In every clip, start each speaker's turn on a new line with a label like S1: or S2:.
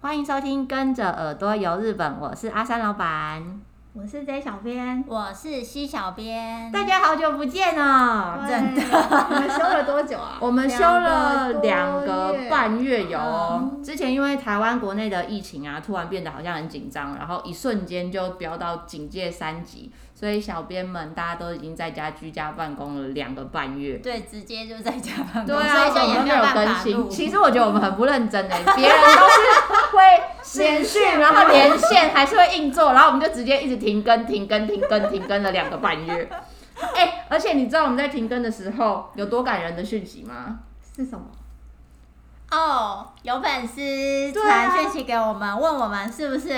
S1: 欢迎收听《跟着耳朵游日本》，我是阿三老板。
S2: 我是 J 小编，
S3: 我是西小编，
S1: 大家好久不见哦！
S3: 真
S2: 的，你们休了多久啊？
S1: 我们休了两
S2: 两
S1: 个
S2: 个
S1: 半月有哦。之前因为台湾国内的疫情啊，突然变得好像很紧张，然后一瞬间就飙到警戒三级，所以小编们大家都已经在家居家办公了两个半月。
S3: 对，直接就在家办公，
S1: 对啊，
S3: 所以
S1: 我
S3: 现在
S1: 们
S3: 也
S1: 没
S3: 没有
S1: 有
S3: 办
S1: 更
S3: 法
S1: 新。
S3: 录。
S1: 其实我觉得我们很不认真诶、 别人都是会连续，然后连线还是会硬做，然后我们就直接一直停更、停更、停更、停更了两个半月。 哎、而且你知道我们在停更的时候有多感人的讯息吗？
S2: 是什么？
S3: 哦，有粉丝
S1: 对啊
S3: 传讯息给我们，问我们是不是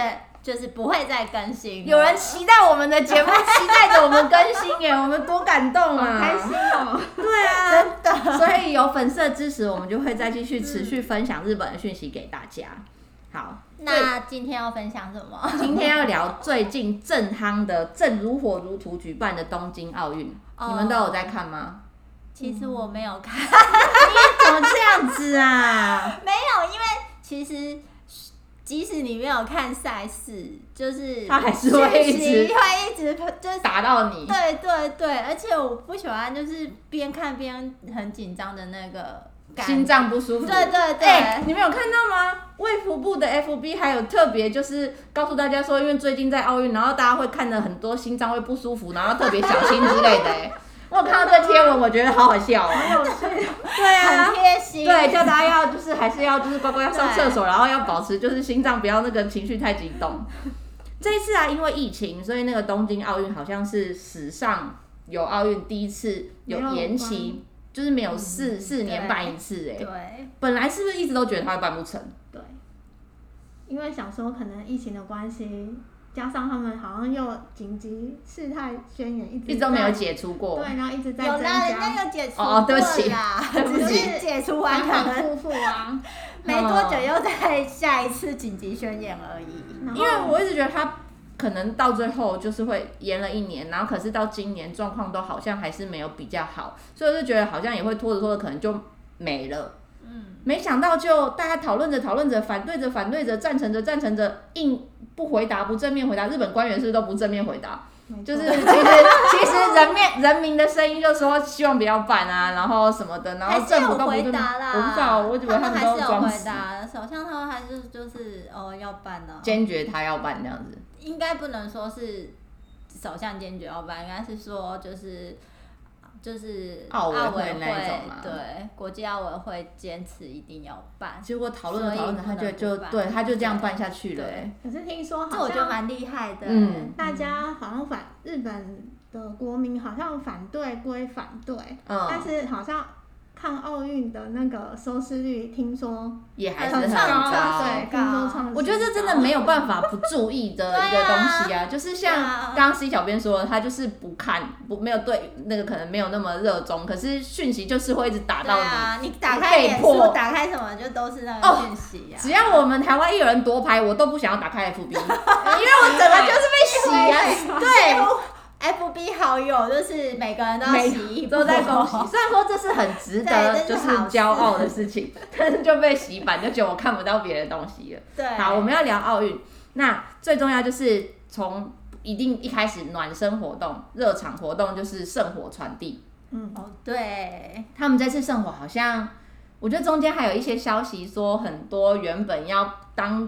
S3: 就是不会再更新了，
S1: 有人期待我们的节目，期待着我们更新耶， 我们多感动啊！
S2: 开心哦！
S1: 对啊，真的。所以有粉丝的支持，我们就会再继续持续分享日本的讯息给大家。好，
S3: 那今天要分享什 么？
S1: 今天要聊最近正夯的、正如火如荼举办的东京奥运，
S3: 哦
S1: 你们都有在看吗？
S3: 其实我没有看，
S1: 怎么这样子啊？
S3: 没有，因为其实即使你没有看赛事，就是
S1: 他还是会一直
S3: 讯息会一直就是。
S1: 打到你，
S3: 对对对，而且我不喜欢就是边看边很紧张的那个感觉
S1: 心脏不舒服。
S3: 对对对，
S1: 哎、你们有看到吗？卫福部的 FB 还有特别就是告诉大家说，因为最近在奥运，然后大家会看的很多心脏会不舒服，然后特别小心之类的、 哎，我有看到这个贴文，我觉得好好笑哦、对啊，
S3: 很贴心。
S1: 对，叫大家要就是还是要就是乖乖要上
S3: 对
S1: 厕所，然后要保持就是心脏不要那个情绪太激动。 这一次啊，因为疫情，所以那个东京奥运好像是史上有奥运第一次有嗯
S2: 没有
S1: 延期，就是没有四、四年
S3: 对
S1: 办一次哎、
S3: 对
S1: 本来是不是一直都觉得它会办不成？
S2: 对，因为小时候可能疫情的关系，加上他们好像又紧急事态宣言一直
S1: 一直都没有
S2: 在
S1: 解除过。
S2: 对，然后一直在
S3: 有
S2: 增
S3: 啦，
S2: 加，
S3: 人家有解除
S1: 哦哦对不
S3: 过
S1: 起
S3: 啦，
S1: 对不
S3: 只
S1: 起
S3: 是解除完
S2: 反
S3: 可
S2: 反
S3: 能
S2: 复复啊，
S3: 没多久又在下一次紧急宣言而已。
S2: 然后
S1: 因为我一直觉得它可能到最后就是会延了一年，然后可是到今年状况都好像还是没有比较好，所以我就觉得好像也会拖着拖着可能就没了。
S3: 嗯，
S1: 没想到就大家讨论着讨论着，反对着反对着，赞成着赞成着，硬不回答不正面回答，日本官员是不是都不正面回答？
S2: 没错
S1: 就是其 实其实人面人民的声音就说希望不要办啊，然后什么的，然后
S3: 还是
S1: 政府
S3: 有
S1: 都不
S3: 回
S1: 正面
S3: 答啦，
S1: 我不知道，我以为
S3: 他
S1: 他
S3: 们
S1: 们
S3: 还
S1: 都
S3: 是有
S1: 装
S3: 回
S1: 死，
S3: 答，首相他们还是就是哦要办的、
S1: 坚决他要办这样子。
S3: 应该不能说是首相坚决要办，应该是说就是。就是
S1: 奥委会
S3: 委
S1: 那一种嘛
S3: 对国际奥委会坚持一定要办，
S1: 结果讨论着讨论着，他
S3: 所
S1: 就
S3: 以不
S1: 就
S3: 能不办
S1: 对他就这样办下去了、
S3: 对
S1: 欸。
S2: 可是听说
S3: 这我
S2: 好
S3: 觉得
S2: 像
S3: 蛮厉害的。
S1: 嗯
S2: 大家好像反日本的国民好像反对归反对，但
S1: 嗯，
S2: 是好像看奥运的那个收视率，听说
S1: 也还是
S3: 很
S1: 很
S3: 上
S1: 高。
S3: 涨
S2: 对，听说创
S1: 我觉得这真的没有办法不注意的一个
S3: 对啊
S1: 东西啊，就是
S3: 对
S1: 像
S3: 啊
S1: 刚刚 C 小编说的，他就是不看，不没有对那个可能没有那么热衷，可是讯息就是会一直打
S3: 对
S1: 到你。
S3: 啊，你打开脸
S1: 被迫
S3: 书，打开什么就都是那个
S1: 哦
S3: 讯息啊。
S1: 只要我们台湾一有人夺牌，我都不想要打开 FB，因为我整 个就是被洗啊，对。
S3: FB 好友就是每个人都要
S1: 每
S3: 洗衣服，
S1: 都在恭喜，虽然说这是很值得，
S3: 对
S1: 就
S3: 这
S1: 是
S3: 是好事
S1: 骄傲的事情，但是就被洗版，就觉得我看不到别的东西了。
S3: 对，
S1: 好，我们要聊奥运，那最重要就是从一定一开始暖身活动、热场活动就是圣火传递。
S2: 嗯，
S3: 哦对，
S1: 他们这次圣火好像，我觉得中间还有一些消息说，很多原本要当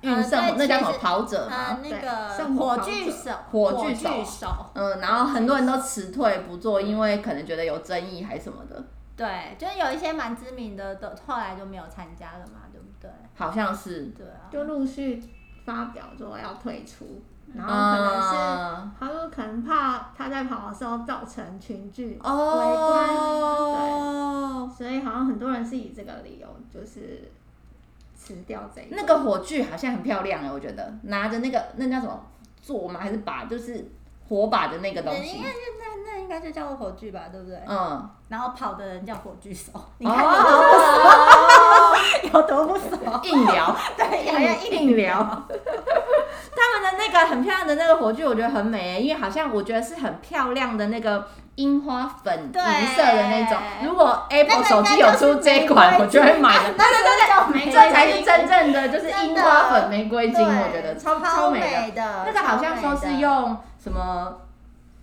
S1: 运圣火、
S3: 呃
S1: 那
S3: 对
S1: 叫什么
S3: 其实
S1: 跑者嘛，
S3: 呃，那个
S2: 对圣火
S3: 火
S2: 跑者
S3: 炬手，
S1: 火炬手
S3: 炬手，
S2: 呃
S1: 嗯，然后很多人都辞退不做，因为可能觉得有争议还是什么的，
S3: 对，就是有一些蛮知名的都后来就没有参加了嘛，对不对？
S1: 好像是，
S3: 对啊，
S2: 就陆续发表说要退出，然后可能是、
S1: 嗯
S2: 他说可能怕他在跑的时候造成群聚围观，
S1: 哦，
S2: 所以好像很多人是以这个理由就是辞掉这一
S1: 那个火炬好像很漂亮哎，我觉得拿着那个那叫什么座吗？还是把就是火把的那个东
S3: 对，应
S1: 西
S3: 该，就那那应该就叫火炬吧，对不对？
S1: 嗯，
S3: 然后跑的人叫火炬手，你看
S1: 哦，
S3: 有多不熟？
S1: 硬聊，
S3: 哎对，好像
S1: 硬聊。他们的那个很漂亮的那个火炬，我觉得很美、欸因为好像我觉得是很漂亮的那个樱花粉
S3: 对
S1: 银色的那种。如果
S3: 那
S1: Apple
S3: 个
S1: 手机有出这一款，我就会买的。
S3: 对对对 对，玫
S1: 这
S3: 瑰
S1: 才是
S3: 金
S1: 真正的就是樱花粉玫瑰金，
S3: 对
S1: 我觉得超超
S3: 超
S1: 美的。那
S3: 的
S1: 个好像说是
S3: 用。
S1: 用什么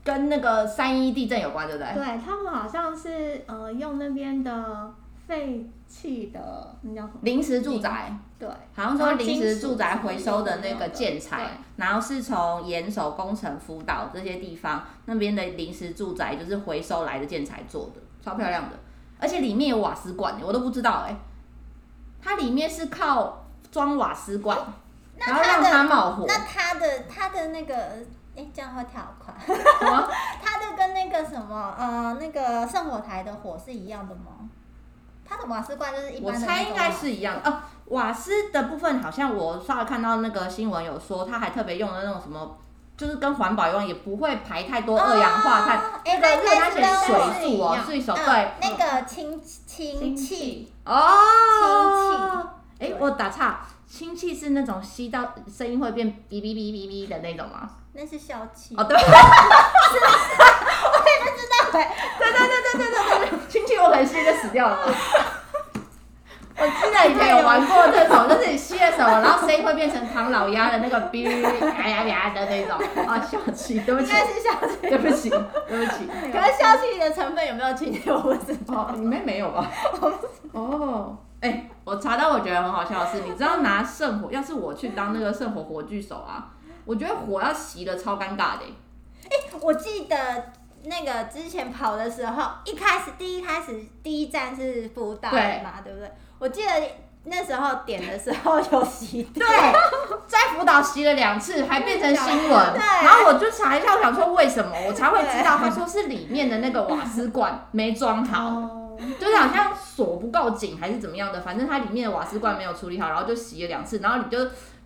S1: 跟那个三一地震有关，对不对？
S2: 对他们好像是呃用那边的废弃的，那叫什么？
S1: 临时住宅，
S2: 对，
S1: 好像说临时住宅回收的那个建
S2: 对
S1: 材，然后是从岩手、工程、福岛这些地方那边的临时住宅，就是回收来的建材做的，超漂亮的。而且里面有瓦斯罐，我都不知道哎、它里面是靠装瓦斯罐，
S3: 哦那
S1: 然后
S3: 它
S1: 让
S3: 的
S1: 它冒火。
S3: 那它的它的那个，哎，这样会跳款。
S1: 什么？
S3: 它的跟那个什么呃那个圣火台的火是一样的吗？它的瓦斯罐就是一
S1: 我
S3: 般的那种
S1: 猜
S3: 吗。
S1: 应该是一样的哦。瓦斯的部分好像我稍微看到那个新闻有说，它还特别用了那种什么，就是跟环保一样，也不会排太多二氧化碳。
S3: 哦
S1: 那
S3: 哎
S1: 个
S3: 那
S1: 热它
S3: 那
S1: 写
S3: 那
S2: 是
S1: 水
S2: 一
S1: 素哦，
S2: 样
S1: 水手
S3: 嗯
S1: 对
S3: 那个氢氢
S2: 氢
S3: 气
S2: 气，
S1: 哦。哎、
S3: 对
S1: 我打岔，氢气是那种吸到声音会变哔哔哔哔哔的那种吗？
S3: 那是笑气。
S1: 哦，对，我也不知道哎、对对对对对对对，氢气我可能吸就死 掉了。我记得以前有玩过这种，就是你吸了什么，然后声音会变成唐老鸭的那个 哔呀呀呀的那种。啊，笑气，对不起，
S3: 那是笑气。
S1: 对不起，对不起。
S3: 可是笑气的成分有没有氢气？我不知道。
S1: 哦，你们没有 吧？哦，哎、我查到我觉得很好笑的是，你知道拿圣火，要是我去当那个圣火火炬手啊，我觉得火要熄了超尴尬的、欸
S3: 我记得那个之前跑的时候，一开始第一开始第一站是福岛
S1: 对
S3: 嘛，对不对？我记得那时候点的时候有熄
S1: 对，在福岛洗了两次，还变成新闻。
S3: 对
S1: 然后我就查一下，我想说为什么，我才会知道。他说是里面的那个瓦斯罐没装好，
S2: 哦，
S1: 就是好像锁不够紧还是怎么样的，反正它里面的瓦斯罐没有处理好，然后就洗了两次，然后你就。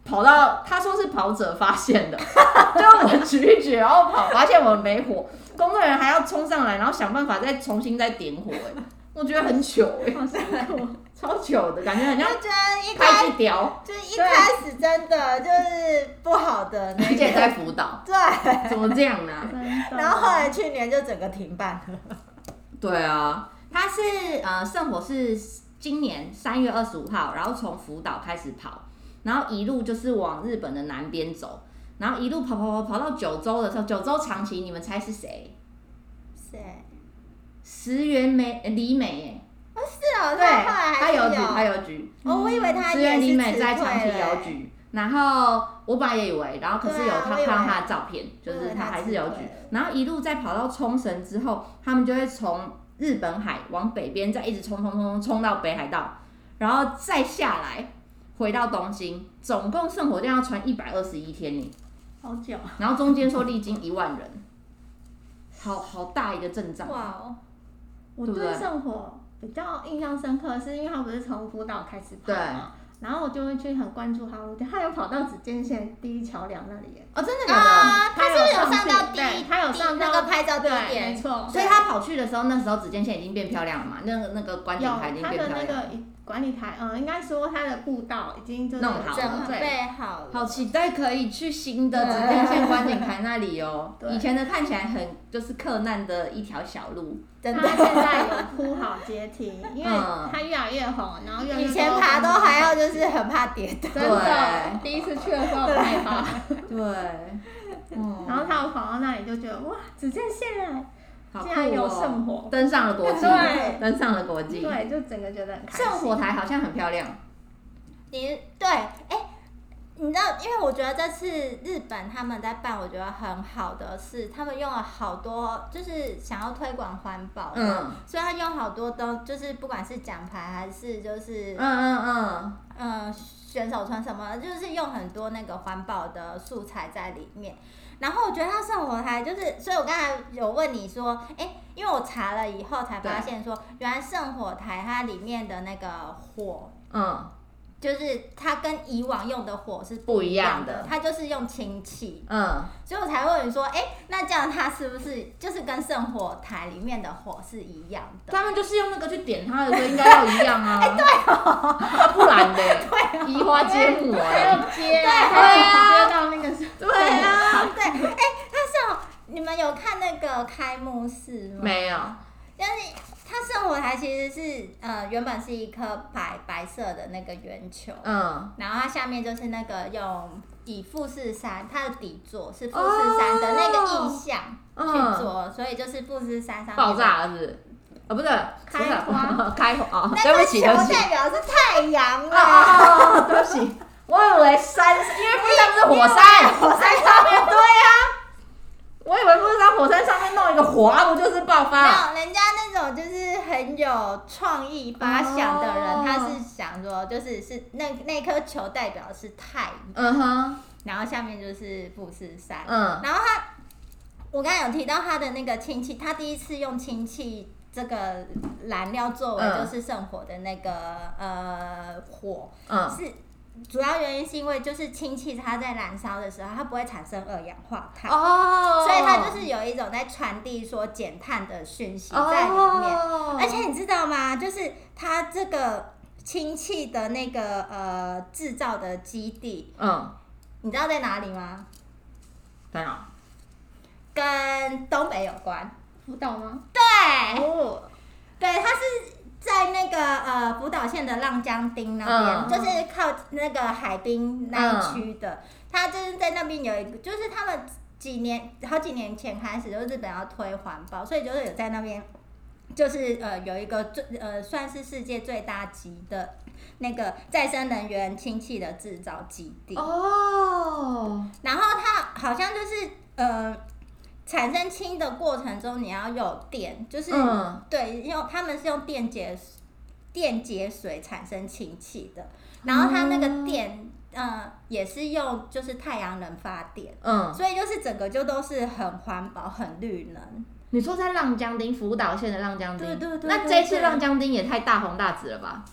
S1: 跑到他说是跑者发现的， 就我举一举，然后跑，发现我没火，工作人员还要冲上来，然后想办法再重新再点火、哎，我觉得很糗、哎，
S2: 好辛苦，
S1: 超糗的感觉，很
S3: 就
S1: 像
S3: 觉得一
S1: 拍
S3: 开
S1: 一雕，
S3: 就一开始真的就是不好的那
S1: 而且
S3: 个，
S1: 在福岛，
S3: 对。
S1: 怎么这样呢、
S2: 真的。
S3: 然后后来去年就整个停办了，
S1: 对啊，它是呃圣火是今年三月二十五号，然后从福岛开始跑，然后一路就是往日本的南边走，然后一路跑跑跑跑到九州的时候，九州长崎，你们猜是谁？
S3: 谁？
S1: 石原美呃里美耶、
S3: 哦，是哦，
S1: 对，
S3: 他后来
S1: 他
S3: 还是
S1: 有举，嗯他有举，
S3: 哦，我以为他
S1: 石
S3: 也
S1: 原里
S3: 是
S1: 美
S3: 辞
S1: 在长崎
S3: 退了
S1: 有举，然后我本来也以为，然后可是有
S3: 对啊
S1: 他
S3: 我以为
S1: 看到他的照片，就是
S3: 对
S1: 他
S3: 他
S1: 还是
S3: 辞
S1: 有
S3: 退
S1: 举
S3: 了，
S1: 然后一路再跑到冲绳之后，他们就会从日本海往北边再一直冲冲冲冲冲到北海道，然后再下来回到东京，总共圣火箭要传一百二十一天呢，
S2: 好久，
S1: 然后中间说历经一万人，好好大一个阵仗，
S3: 哇哦，
S2: 我
S1: 对不
S2: 对
S1: 对
S2: 圣火比较印象深刻，是因为他不是从福岛开始跑
S1: 对
S2: 嘛，然后我就会去很关注他路线，他有跑到紫见线第一桥梁那里耶，
S1: 哦，真的假的？
S3: 啊，他是不是有
S2: 他有上去
S3: 上到第
S2: 对
S3: 一，
S2: 他有
S3: 第
S2: 上
S3: 那
S2: 到
S3: 个拍照地
S2: 对，
S3: 点
S2: 没，错，
S1: 所以他跑去的时候，那时候紫箭线已经变漂亮了嘛，那个那个观景台已经
S2: 有他
S1: 变
S2: 的
S1: 漂
S2: 那
S1: 亮了。
S2: 个管理台，嗯，应该说他的步道已经就是
S1: 弄好
S3: 准
S1: 了
S2: 对，。
S3: 备好了，
S1: 好期待可以去新的紫箭线观景台那里哦
S2: 对
S1: 以前的看起来很就是克难的一条小路，
S3: 真
S2: 他
S3: 的。
S2: 现在有铺好阶梯，因为
S1: 嗯
S2: 他越来越红，然后越来越
S3: 以
S2: 多
S3: 前爬都还要就是很怕跌 倒，
S2: 真的，第一次去的时候很害怕，
S1: 对，
S3: 哦
S1: 嗯，
S2: 然后他有跑到那里就觉得哇，只见现在
S1: 好酷
S2: 竟然有
S1: 哦，
S2: 圣火，
S1: 登上了国际，
S2: 对
S1: 登上了国际。
S2: 对，就整个觉得很开心。
S1: 圣火台好像很漂亮，
S3: 你对，哎、你知道，因为我觉得这次日本他们在办，我觉得很好的是，他们用了好多，就是想要推广环保，
S1: 嗯
S3: 所以他用好多都就是不管是奖牌还是就是
S1: 嗯嗯
S3: 嗯、呃选手穿什么，就是用很多那个环保的素材在里面。然后我觉得它圣火台就是，所以我刚才有问你说，哎，因为我查了以后才发现说，原来圣火台它里面的那个火
S1: 嗯嗯，
S3: 就是它跟以往用的火是
S1: 不一
S3: 一样
S1: 样
S3: 的
S1: 的，，
S3: 它就是用氢气，
S1: 嗯，
S3: 所以我才问你说，哎、那这样它是不是就是跟圣火台里面的火是一样的？
S1: 他们就是用那个去点它的时候应该要一样啊，对哦，不然嘞，移花接木
S2: 还
S1: 哎，
S2: 要接，
S1: 对
S2: 还
S1: 啊
S2: 要接到那个是，
S1: 对啊，
S3: 对，哎、它圣火，你们有看那个开幕式吗？
S1: 没有，
S3: 但是它圣火台其实是呃原本是一颗白白色的那个圆球，
S1: 嗯，
S3: 然后它下面就是那个用以富士山它的底座是富士山的那个意象
S1: 哦
S3: 去做，所以就是富士山上面
S1: 爆炸了是不是？啊，不是，
S3: 开
S1: 不是
S3: 花，
S1: 开花啊，
S3: 那
S1: 对
S3: 个
S1: 不
S3: 球
S1: 起，对不起，
S3: 代表是太阳
S1: 哦
S3: 啦。
S1: 哦哦，对不起，我以为山，因为富士山不是火 山，火山上面对呀、我以为富士山火山上面弄一个火，啊不就是爆
S3: 没
S1: 发？
S3: 有，人家那种就是很有创意发想的人，
S1: 哦
S3: 他是想说，就是是那那颗球代表是太阳，
S1: 嗯哼，
S3: 然后下面就是富士山，
S1: 嗯，
S3: 然后他，我刚才有提到他的那个氢气，他第一次用氢气这个燃料作为
S1: 嗯
S3: 就是圣火的那个、呃火，
S1: 嗯，
S3: 是主要原因是因为就是氢气它在燃烧的时候，它不会产生二氧化碳。
S1: 哦
S3: 所以它就是有一种在传递说减碳的讯息在里面，
S1: 哦，
S3: 而且你知道吗？就是它这个氢气的那个呃制造的基地，
S1: 嗯，啊
S3: 你知道在哪里吗？
S1: 在哪？
S3: 跟东北有关。
S2: 辅导吗？
S3: 对，
S2: 哦，
S3: 对，它是在那个呃福岛县的浪江町那边，
S1: 嗯
S3: 就是靠那个海滨那一区的。它就是在那边有一个，就是他们几年好几年前开始，就是日本要推环保，所以就是有在那边。就是呃，有一个最呃，算是世界最大级的那个再生能源氢气的制造基地。
S1: 哦，
S3: 然后它好像就是呃，产生氢的过程中，你要有电，就是、
S1: 嗯
S3: 对，用他们是用电解电解水产生氢气的，然后它那个电，呃，也是用就是太阳能发电，
S1: 嗯，
S3: 所以就是整个就都是很环保、很绿能。
S1: 你说在浪江町福岛县的浪江町，
S3: 对对对
S1: 那
S3: 对
S1: 这一次
S3: 对
S1: 浪江町也太大红大紫了吧？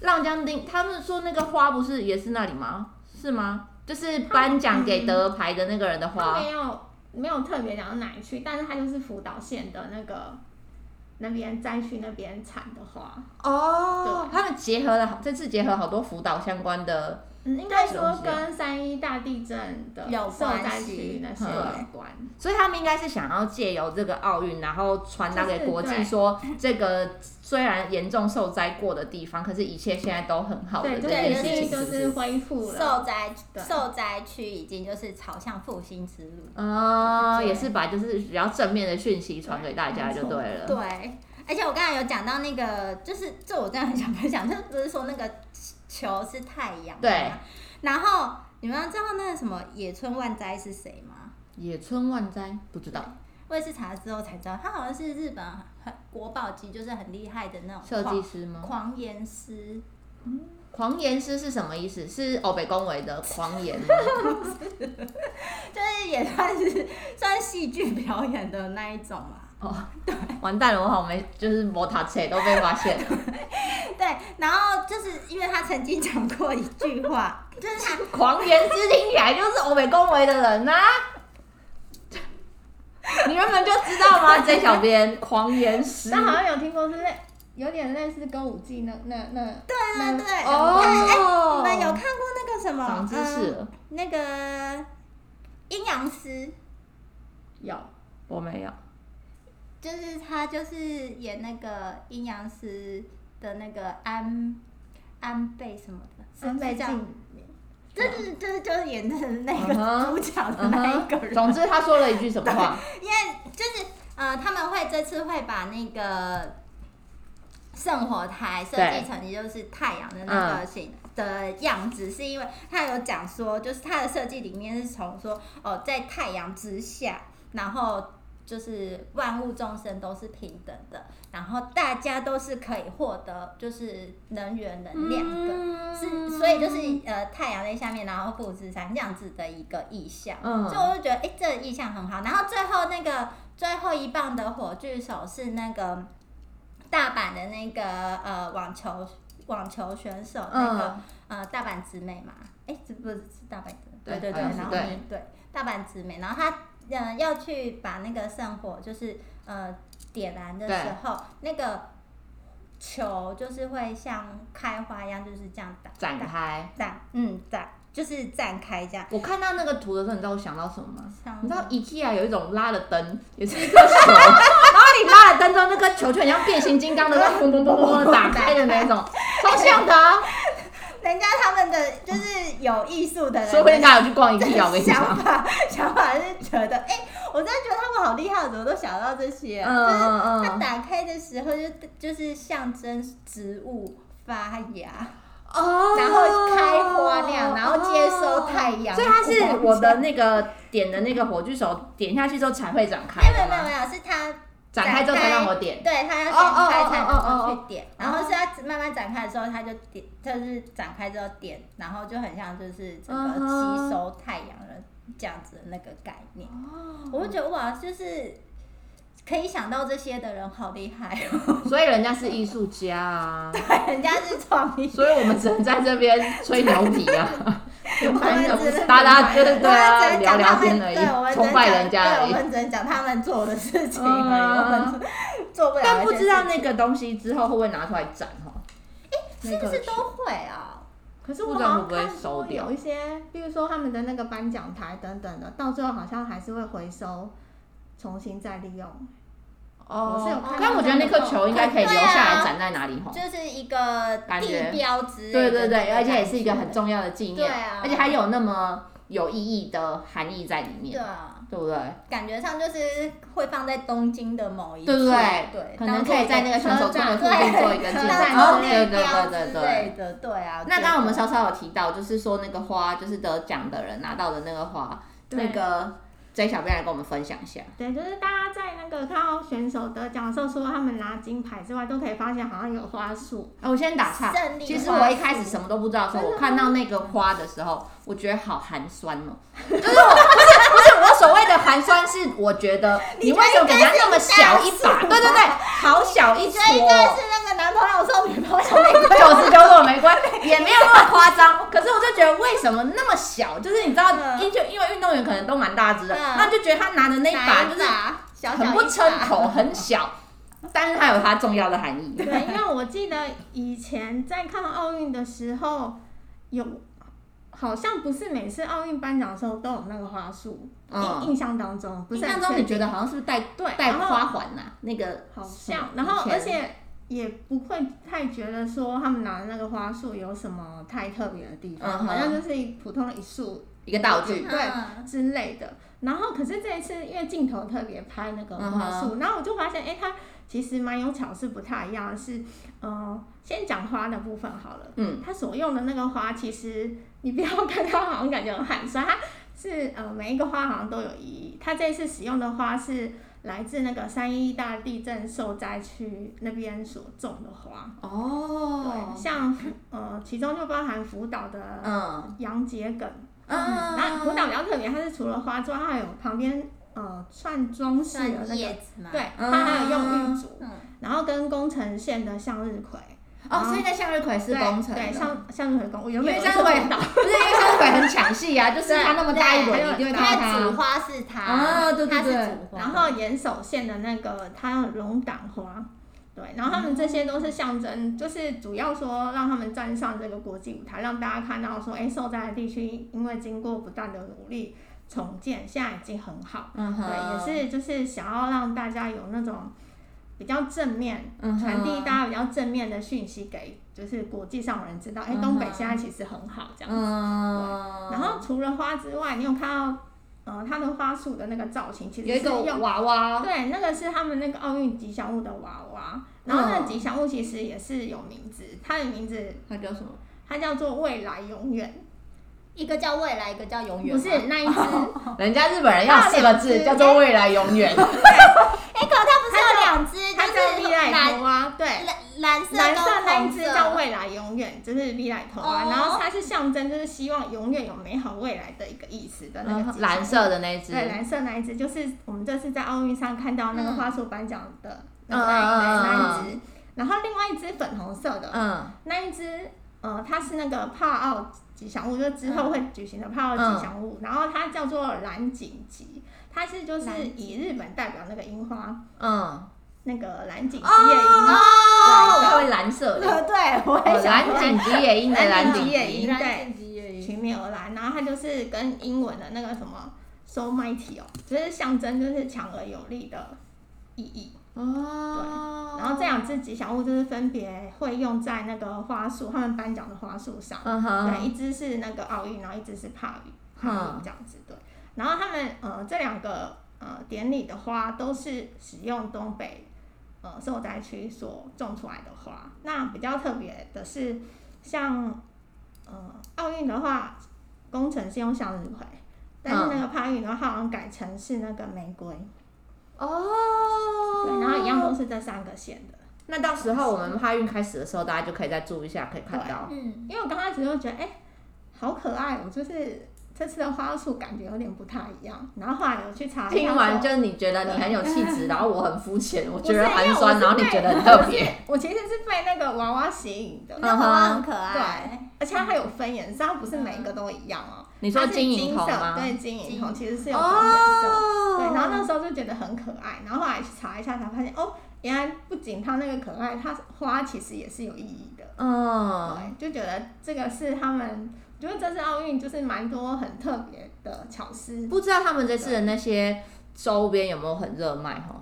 S1: 浪江町他们说那个花不是也是那里吗？是吗？就是颁奖给得牌的那个人的花。
S2: 他没有没有特别讲到哪一区，但是它就是福岛县的那个那边灾区那边产的花，
S1: 哦，他们结合了好这次结合好多福岛相关的，
S2: 嗯，应该
S1: 东
S2: 说
S1: 西啊
S2: 跟三一大地震的
S3: 有
S2: 受
S3: 关
S2: 灾
S3: 系
S2: 区那些
S1: 嗯
S2: 有关。
S1: 所以他们应该是想要借由这个奥运，然后传达给国
S2: 就
S1: 际
S2: 是对
S1: 说，这个虽然严重受灾过的地方，可是一切现在都很好的
S2: 对，
S1: 这
S2: 就
S1: 件
S2: 是
S1: 事
S2: 已
S1: 情，
S2: 经就是
S1: 不
S2: 是
S1: 是？
S2: 恢复了，
S3: 受灾
S2: 对
S3: 受灾区已经就是朝向复兴之路。
S1: 哦，
S3: 对
S1: 也是把就是比较正面的讯息传给大家就对了。
S3: 对，而且我刚才有讲到那个，就是这我真的很想分享，就是不是说那个球是太阳吗
S1: 对。
S3: 然后你们知道那个什么野村万斋是谁吗？
S1: 野村万斋不知道
S3: 我也是查了之后才知道，他好像是日本很国宝级，就是很厉害的那种
S1: 设计
S3: 狂
S1: 师吗？
S3: 狂言师，
S1: 狂言师是什么意思？是欧北恭维的狂言 吗？
S3: 就是也算是算戏剧表演的那一种嘛。
S1: 完蛋了，我好没就是摩塔车都被发现了，
S3: 对，然后就是因为他曾经讲过一句话，就是他
S1: 狂言师听起来就是欧北恭维的人 呐、你原本就知道吗？J 小 编狂言师，
S2: 但好像有听过是类，有点类似歌舞伎那那那，对
S3: 对啊对对，
S1: 哦
S3: 哎你们有看过那个什么？
S1: 长知识
S3: 呃
S1: 了，
S3: 那个阴阳师，
S2: 有
S1: 我没有。
S3: 就是他，就是演那个阴阳师的那个安安倍什么的，是
S2: 安倍
S3: 是叫
S2: 晋，
S3: 就是就是就是演的那
S1: 嗯
S3: 个
S1: 哼
S3: 主角的
S1: 嗯
S3: 那一
S1: 哼
S3: 个人。
S1: 总之他说了一句什么话？
S3: 因为就是呃，他们会这次会把那个圣火台设计成就是太阳的那个形的样子，是因为他有讲说，就是它的设计里面是从说哦，在太阳之下，然后。就是万物众生都是平等的，然后大家都是可以获得就是能源能量的，是所以就是呃太阳在下面，然后富士山这样子的一个意象。
S1: 嗯
S3: 所以我就觉得，哎、这个意象很好。然后最后那个最后一棒的火炬手是那个大阪的那个呃网球网球选手那个、
S1: 嗯
S3: 呃大阪直美嘛，哎、这不是是大阪直美，
S1: 对
S3: 对对，
S1: 好像是
S3: 然后
S1: 对
S3: 对大阪直美，然后他呃要去把那个圣火就是呃点燃的
S1: 对
S3: 时候，那个球就是会像开花一样，就是这样打
S1: 展
S3: 打
S1: 开。
S3: 展嗯展就是展开这样，
S1: 我看到那个图的时候，你知道我想到什么吗？
S3: 像
S1: 你知道 IKEA 有一种拉了灯，也是一颗 球，然后你拉了灯之后，那颗球就很像变形金刚的那种砰砰砰砰砰打开的那 种，超像的啊。
S3: 人家他们的就是有艺术的人，
S1: 说不 定大家有去逛 IKEA，我跟你
S3: 想
S1: 讲。
S3: 法 想法是觉得，哎、我真的觉得他们好厉害，我怎么都想到这些。啊
S1: 嗯嗯嗯
S3: 就是它打开的时候就就是象征植物发芽，
S1: 哦
S3: 然后开花那样然后接收太阳
S1: 所以它是我的那个点的那个火炬手点下去之后才会展开
S3: 没
S1: 的
S3: 有没有没有
S1: 吗
S3: 没，有，是它
S1: 展开之后才让我点。
S3: 对它要
S1: 哦哦
S3: 先
S1: 哦
S3: 开才
S1: 哦哦
S3: 能
S1: 哦
S3: 够去点，然后是它慢慢展开的时候，它就点，就是展开之后点，然后就很像就是整个
S1: 嗯哼
S3: 吸收太阳的这样子的那个概念。
S1: 哦
S3: 我就觉得哇，就是可以想到这些的人好厉害哦，
S1: 所以人家是艺术家啊，
S3: 人家是创意，
S1: 所以我们只能在这边吹牛皮啊，
S3: 我们只能
S1: 大家就
S3: 我
S1: 是
S3: 们
S1: 对啊
S3: 只能
S1: 聊
S3: 讲
S1: 聊
S3: 他们
S1: 天而
S3: 对我们
S1: 已，
S3: 只能
S1: 崇拜
S3: 讲
S1: 人家而
S3: 对，我
S1: 已。
S3: 们只能讲他们做的事情而已，我
S1: 嗯
S3: 们做不了。
S1: 但不知道那个东西之后会不会拿出来展哈？
S3: 是不是都会啊？
S2: 可是我
S1: 不知
S2: 好
S1: 道会
S2: 像
S1: 不会
S2: 看
S1: 收
S2: 说
S1: 掉
S2: 有一些，比如说他们的那个颁奖台等等的，到最后好像还是会回收，重新再利用。我是有看到
S1: 哦但我觉得那颗球应该可以留下来展在哪里哈？
S3: 啊就是一个
S1: 感觉
S3: 地标之类
S1: 对
S3: 的
S1: 对对，而且也是一个
S3: 感
S1: 很
S3: 觉
S1: 重要的纪念，
S3: 对啊
S1: 而且还有那么有意义的含义在里
S3: 对
S1: 面，
S3: 啊，
S1: 对不对？
S3: 感觉上就是会放在东京的某一处，
S1: 对不对？
S3: 对，
S1: 可能可以在那个选手村的附近做一个纪
S2: 车
S1: 念。
S2: 站
S1: 哦
S2: 之
S1: 对
S2: 类
S1: 对对对
S3: 之
S1: 对。
S3: 类的，对啊。
S1: 那刚刚我们
S3: 说
S1: 稍稍有提到，就是说那个花，就是得奖的人拿到的那个花，
S2: 对
S1: 那个 J 小编来跟我们分享一下。
S2: 对，就是大家在那个看到选手得奖的时候，除了他们拿金牌之外，都可以发现好像有花束。
S1: 哎、我先打岔
S3: 胜利。
S1: 其实
S3: 花
S1: 我一
S3: 束
S1: 开始什么都不知道的时候，
S2: 真的
S1: 我
S2: 吗
S1: 看到那个花的时候，我觉得好寒酸哦、 就是我不是不是我所谓的寒酸，是我觉得你为什么给人家那么小一把？对对对，好小一撮
S3: 这应该是那个男朋友送女朋友玫瑰，
S1: 九十九朵玫瑰也没有那么夸张，可是我就觉得为什么那么小？就是你知道，
S3: 嗯
S1: 因就因为运动员可能都蛮大只的，
S3: 嗯
S1: 那就觉得他拿的那一把
S3: 哪
S1: 就
S3: 一
S1: 是
S3: 把小小
S1: 很
S3: 一
S1: 不
S3: 把
S1: 撑口，很小，但是它有它重要的含义。
S2: 对，因为我记得以前在看奥运的时候，有好像不是每次奥运颁奖的时候都有那个花束，
S1: 嗯啊
S2: 印印象当中不
S1: 印
S2: 是
S1: 象
S2: 很
S1: 中
S2: 确
S1: 你
S2: 定
S1: 觉得好像是不是戴
S2: 对
S1: 戴
S2: 然后
S1: 花环呐、那个
S2: 好
S1: 什么
S2: 像，然后
S1: 以前
S2: 而且也不会太觉得说他们拿的那个花束有什么太特别的地
S1: 嗯
S2: 方，
S1: 哼
S2: 好像就是一普通的一束
S1: 一个道具，
S2: 对
S3: 嗯
S2: 之类的。然后可是这一次因为镜头特别拍那个
S1: 嗯
S2: 花束，然后我就发现，哎，它其实蛮有巧思，不太一样的是，呃，先讲花的部分好了。
S1: 嗯，
S2: 它所用的那个花，其实你不要看它好像感觉很寒酸，它是呃每一个花好像都有意义。它这一次使用的花是来自那个三一大地震受灾区那边所种的花，
S1: 哦
S2: 对，，像呃其中就包含福岛的
S1: 嗯
S2: 洋桔梗，
S1: 嗯，
S2: 那福岛比较特别，它是除了花之外，它还有旁边呃算装饰的
S3: 算
S2: 那
S3: 叶
S2: 个，
S3: 子嘛，
S2: 对，
S1: 嗯
S2: 它还有用玉竹，
S3: 嗯，
S2: 然后跟宫城县的向日葵。
S1: 哦，所以那向日葵是
S2: 对
S1: 工程的，
S2: 对， 向向日葵工，我原
S1: 因
S2: 本
S1: 为
S2: 以
S1: 向日葵
S2: 是福岛
S1: 不是因为向日葵很抢戏啊，就是它那么大一朵，
S2: 对
S1: 你一定会看
S3: 它
S1: 到
S3: 主
S1: 它。
S3: 花是它
S1: 啊对对
S3: 它是
S1: 对
S3: 主花，
S2: 然后岩手县的那个它有龙胆花，对，然后他们这些都是象征，就是主要说让他们站上这个国际舞台，让大家看到说，哎，受灾的地区因为经过不断的努力重建，现在已经很好，
S1: 嗯
S2: 对，也是就是想要让大家有那种比较正面。
S1: 嗯哼
S2: 传递大家比较正面的讯息给，就是国际上的人知道，哎、
S1: 嗯哼
S2: 东北现在其实很好这样。
S1: 嗯，
S2: 然后除了花之外，你有看到，呃，它的花束的那个造型其实
S1: 有一
S2: 是
S1: 个
S2: 用
S1: 娃娃，
S2: 对，那个是他们那个奥运吉祥物的娃娃，然后那
S1: 嗯
S2: 个吉祥物其实也是有名字，它的名字
S1: 它叫什么？
S2: 它叫做未来永远，
S3: 一个叫未来，一个叫永远
S2: 不
S3: 嘛，哎
S2: 是那 一只，
S1: 人家日本人要四个字，叫做未来永远。
S3: 哎、可它不是有两只，
S2: 它叫
S3: 就是
S2: 未来
S3: 蓝
S2: 头蛙，对，
S3: 蓝蓝色
S2: 蓝
S3: 跟
S2: 色那一
S3: 红
S2: 只
S3: 色，
S2: 叫未来永远，就是未来头蛙，
S3: 哦
S2: 然后它是象征就是希望永远有美好未来的一个意思的那个吉祥
S1: 嗯蓝
S2: 物
S1: 色的那一只，
S2: 对，蓝色那一只就是我们这次在奥运上看到那个花束颁奖的那个
S1: 嗯嗯嗯嗯嗯
S2: 那
S1: 嗯
S2: 一只，然后另外一只粉红色的
S1: 嗯，
S2: 那一只，呃，它是那个帕奥吉祥物，就是之
S1: 嗯
S2: 后会举行的帕奥吉祥物，然后它叫做蓝锦吉，它是就是以日本代表那个樱花，
S1: 嗯，
S2: 那个蓝锦吉野樱，
S1: 哦，它会蓝色的，
S3: 对对，我也
S1: 哦
S3: 想
S1: 蓝锦吉野樱的蓝
S2: 蓝
S1: 锦
S2: 锦吉野
S1: 吉
S2: 樱，对，
S4: 对，
S2: 群面而来，然后它就是跟英文的那个什么 “so mighty” 哦，就是象征就是强而有力的意义。
S1: 哦，
S2: 然后这两只吉祥物就是分别会用在那个花束，他们颁奖的花束上。
S1: 嗯
S2: 对，
S1: 哼，
S2: 一只是那个奥运，然后一只是帕运，
S1: 嗯
S2: 帕运这样子对。然后他们呃这两个呃典礼的花都是使用东北呃受灾区所种出来的花。那比较特别的是，像呃奥运的话，工程是用向日葵，但是
S1: 嗯
S2: 那个帕运的话，它好像改成是那个玫瑰。
S1: 哦，
S2: 对，然后一样都是这三个县的。
S1: 那到时候我们帕运开始的时候，大家就可以再注意一下，可以看到。
S3: 嗯，
S2: 因为我刚开始就觉得，哎、好可爱哦、就是这次的花束感觉有点不太一样。然后后来有去查一下说，
S1: 听完就你觉得你很有气质， 然后我很肤浅，我觉得
S2: 不是因为
S1: 寒
S2: 我是
S1: 酸，然后你
S2: 被
S1: 觉得很特别。
S2: 我其实是被那个娃娃吸引的，
S3: 那娃娃很可爱，
S2: 而且它还有分颜色，它不是每一个都一样哦、
S1: 嗯你说
S2: 它是
S1: 金
S2: 金
S1: 银铜
S2: 色
S1: 吗
S2: 对，金银铜其实是有分颜色。
S1: 哦
S2: 对，然后那时候就觉得很可爱，然后后来去查一下才发现，哦，原来不仅它那个可爱，它花其实也是有意义的。
S1: 嗯，
S2: 对，就觉得这个是他们，我觉得这次奥运就是蛮多很特别的巧思。
S1: 不知道他们这次的那些周边有没有很热卖哈？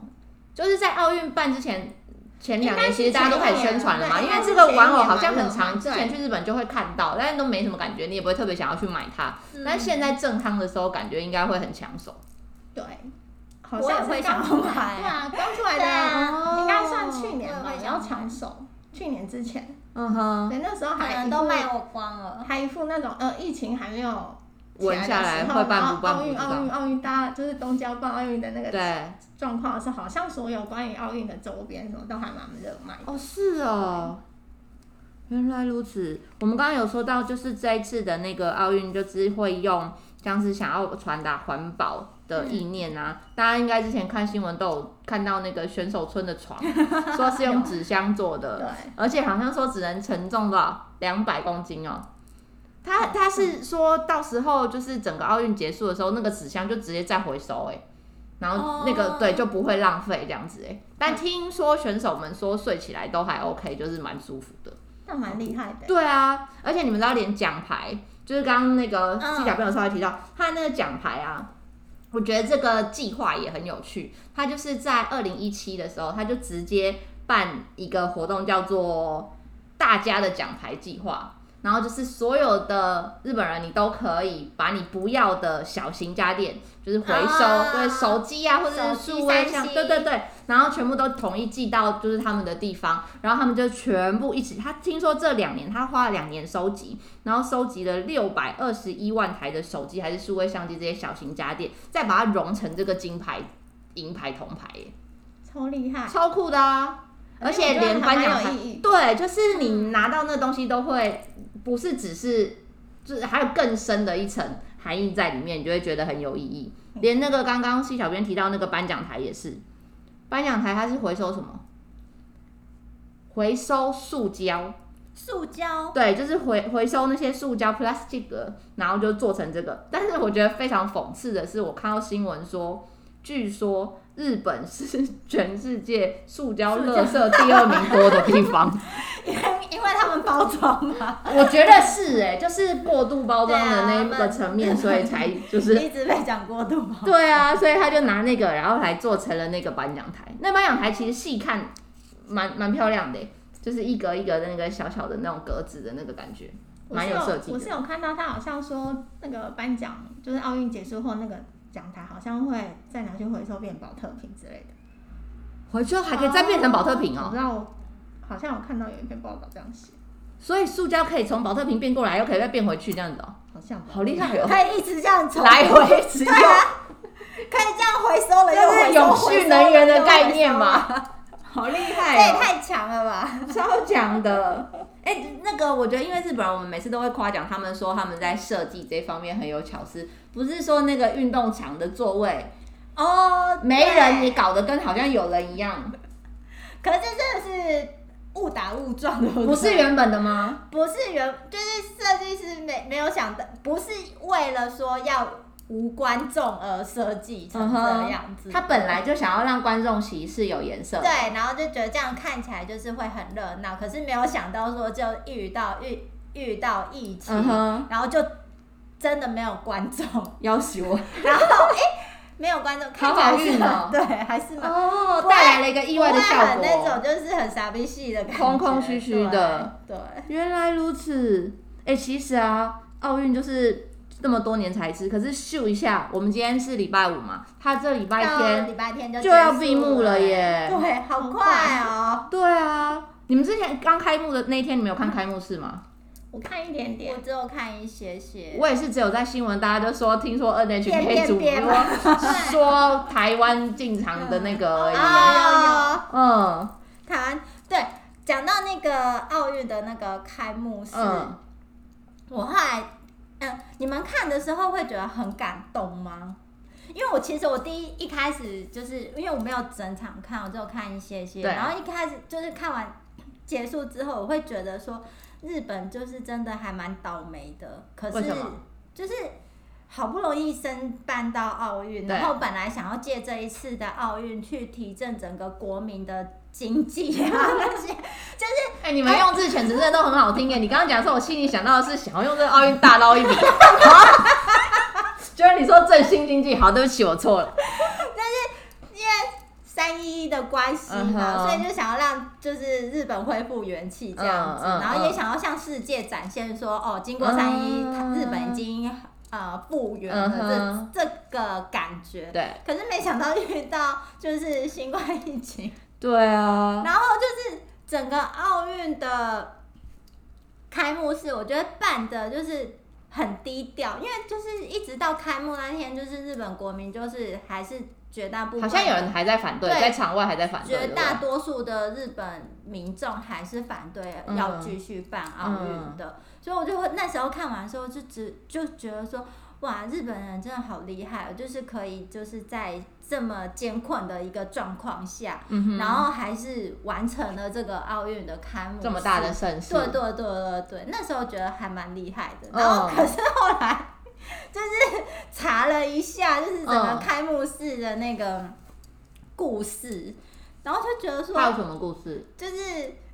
S1: 就是在奥运办之前。前两年
S2: 应该是
S1: 其实大家都开始宣传了嘛，
S2: 前
S1: 因
S2: 一
S1: 为
S2: 年
S1: 这个玩偶好像很
S2: 前一
S1: 长，
S2: 年
S1: 啊之前去日本就会看到，但是都没什么感觉，你也不会特别想要去买它。但现在正夯的时候，感觉应该会很抢手。
S2: 对，好
S3: 我也
S2: 像是
S3: 会
S2: 刚
S3: 想要
S2: 对
S3: 买，
S2: 啊，刚出来
S3: 对啊
S2: 的
S1: 哦
S2: 应该算去年
S3: 我
S2: 吧，
S3: 也会
S2: 比
S3: 想
S2: 较抢手。去年之前，
S1: 嗯哼，
S2: 对，那时候
S3: 可
S2: 还
S3: 能
S2: 一
S3: 都
S2: 副
S3: 卖我光了。
S2: 还一副那种呃，疫情还没有起
S1: 稳下来
S2: 来的时
S1: 会
S2: 候，然
S1: 办不
S2: 后
S1: 办
S2: 奥
S1: 不知
S2: 运奥运
S1: 道。
S2: 奥运，大家就是东郊办奥运的那个
S1: 对，
S2: 状况的时候，好像所有关于奥运的周边什么都还蛮热卖的。
S1: 哦，是哦，原来如此。我们刚刚有说到，就是这一次的那个奥运，就是会用像是想要传达环保的意念啊。大家应该之前看新闻都有看到那个选手村的床，说是用纸箱做的，
S2: 对，
S1: 而且好像说只能承重多少两百公斤哦。他他是说到时候就是整个奥运结束的时候，那个纸箱就直接再回收哎、然后那个、
S3: 哦
S1: 对就不会浪费这样子哎、但听说选手们说睡起来都还 OK，就是蛮舒服的。
S2: 那蛮厉害的。
S1: 对啊，而且你们知道连奖牌，就是刚刚那个
S3: 嗯
S1: 西甲朋友稍微提到，他那个奖牌啊。我觉得这个计划也很有趣，他就是在二零一七的时候，他就直接办一个活动，叫做“大家的奖牌计划”，然后就是所有的日本人，你都可以把你不要的小型家电，就是回收，
S3: 啊
S1: 对手机啊，或者是
S3: 手机
S1: 数位相，
S3: 三 C
S1: 对对对，然后全部都统一寄到就是他们的地方，然后他们就全部一起。他听说这两年他花了两年收集，然后收集了六百二十一万台的手机还是数位相机这些小型家电，再把它融成这个金牌、银牌、铜牌耶，
S2: 超厉害，
S1: 超酷的啊！而且连颁奖
S2: 还蛮
S1: 台
S2: 有意义。嗯
S1: 对，就是你拿到那东西都会，不是只是，就是还有更深的一层含义在里面，你就会觉得很有意义。连那个刚刚西小编提到那个颁奖台也是，颁奖台它是回收什么？回收塑胶，
S3: 塑胶，
S1: 对，就是回回收那些塑胶 plastic，然后就做成这个。但是我觉得非常讽刺的是，我看到新闻说，据说日本是 全世界塑胶垃圾第二名多的地方。
S3: 因为因为他们包装嘛，
S1: 我觉得是哎、就是过度包装的那一
S3: 对
S1: 个
S3: 啊
S1: 层面，所以才就是
S3: 一直被讲过度包。
S1: 对啊，所以他就拿那个，然后来做成了那个颁奖台。那颁奖台其实细看蛮蛮漂亮的欸、就是一格一格的那个小小的那种格子的那个感觉，
S2: 我
S1: 蛮
S2: 是
S1: 有设计
S2: 我是
S1: 的。
S2: 有看到他好像说那个颁奖，就是奥运结束后那个讲台好像会再拿去回收变保特瓶之类的。
S1: 回去后啊还可以再变成保特瓶
S2: 我
S1: 哦、
S2: 不知道我好像有看到有一篇报道这样写，
S1: 所以塑胶可以从保特瓶变过来，又可以再变回去这样子哦、
S2: 好像吧。
S1: 好厉害哦、
S3: 可以一直这样重复
S1: 来回使用，
S3: 可以这样回收了又
S1: 这
S3: 回
S1: 是
S3: 收，
S1: 永续能源的概念嘛？好厉
S3: 这
S1: 害
S3: 也
S1: 哦、
S3: 太强了吧！
S1: 超强的。哎、那个我觉得，因为日本人，我们每次都会夸奖他们说他们在设计这方面很有巧思，不是说那个运动场的座位
S3: 哦
S1: 没人，
S3: 对
S1: 你搞得跟好像有人一样。
S3: 可是这真的是误打误撞的，
S1: 不是原本的吗？
S3: 不是原，就是设计师没没有想的，不是为了说要无观众而设计成这样子。
S1: 嗯他本来就想要让观众席是有颜色的，
S3: 对，然后就觉得这样看起来就是会很热闹，可是没有想到说就遇到遇遇到疫情，
S1: 嗯哼
S3: 然后就真的没有观众，
S1: 要死我！
S3: 然后哎、没有观众，看起来是
S1: 好好运哦
S3: 很 对，还是蛮
S1: 哦，
S3: 不会
S1: 带来了一个意外的效
S3: 不会很那种
S1: 果。哦
S3: 就是很傻逼戏的感觉，
S1: 空空虚虚的
S3: 对，对。
S1: 原来如此，哎、其实啊，奥运就是这么多年才吃，可是秀一下，我们今天是礼拜五嘛，他这礼拜
S3: 到
S1: 天
S3: 礼拜天就
S1: 就要
S3: 结束
S1: 闭幕了耶
S3: 对，好快哦！
S1: 对啊，你们之前刚开幕的那一天，你们有看开幕式吗？
S2: 我看一点点
S3: 我，只有看一些些，
S1: 我也是只有在新闻，大家就说听说 NHK
S3: 变
S1: 主
S3: 变变嘛
S1: 播说台湾进场的那个而
S3: 有
S1: 已。
S3: 有有，
S1: 嗯
S3: 台湾对，讲到那个奥运的那个开幕式，
S1: 嗯，
S3: 我后来嗯，你们看的时候会觉得很感动吗？因为我其实我第一一开始就是因为我没有整场看，我只有看一些些，
S1: 对啊
S3: 然后一开始就是看完结束之后，我会觉得说日本就是真的还蛮倒霉的，可
S1: 为
S3: 是
S1: 什么
S3: 就是。好不容易申办到奥运，
S1: 对
S3: 然后本来想要借这一次的奥运去提振整个国民的经济啊那些，
S1: 哎、你们用字遣词真的都很好听耶！你刚刚讲的时候，我心里想到的是想要用这个奥运大 捞一笔，就是你说振兴经济，好，对不起，我错了。
S3: 三一一的关系
S1: 嗯
S3: 嘛，
S1: 哼
S3: 所以就想要让就是日本恢复元气这样子，
S1: 嗯嗯
S3: 然后也
S1: 嗯
S3: 想要向世界展现说，哦，经过三一一，
S1: 嗯
S3: 日本已经呃复原
S1: 嗯
S3: 了
S1: 哼
S3: 这、这个感觉。
S1: 对
S3: 可是没想到遇到就是新冠疫情，
S1: 对啊，
S3: 然后就是整个奥运的开幕式，我觉得办的就是很低调，因为就是一直到开幕那天，就是日本国民就是还是绝大部分
S1: 好像有人还在反对，
S3: 对
S1: 在场外还在反对。
S3: 绝
S1: 对不对
S3: 大多数的日本民众还是反对
S1: 嗯
S3: 要继续办奥运的，所以我就会那时候看完之后就只就觉得说，哇，日本人真的好厉害哦，就是可以就是在这么艰困的一个状况下，
S1: 嗯哼，
S3: 然后还是完成了这个奥运的开幕式，
S1: 这么大的盛世，
S3: 对对对对对，那时候觉得还蛮厉害的。
S1: 嗯
S3: 然后可是后来就是查了一下，就是整个
S1: 嗯
S3: 开幕式的那个故事，然后就觉得
S1: 它有
S3: 说，
S1: 什么故事？
S3: 就是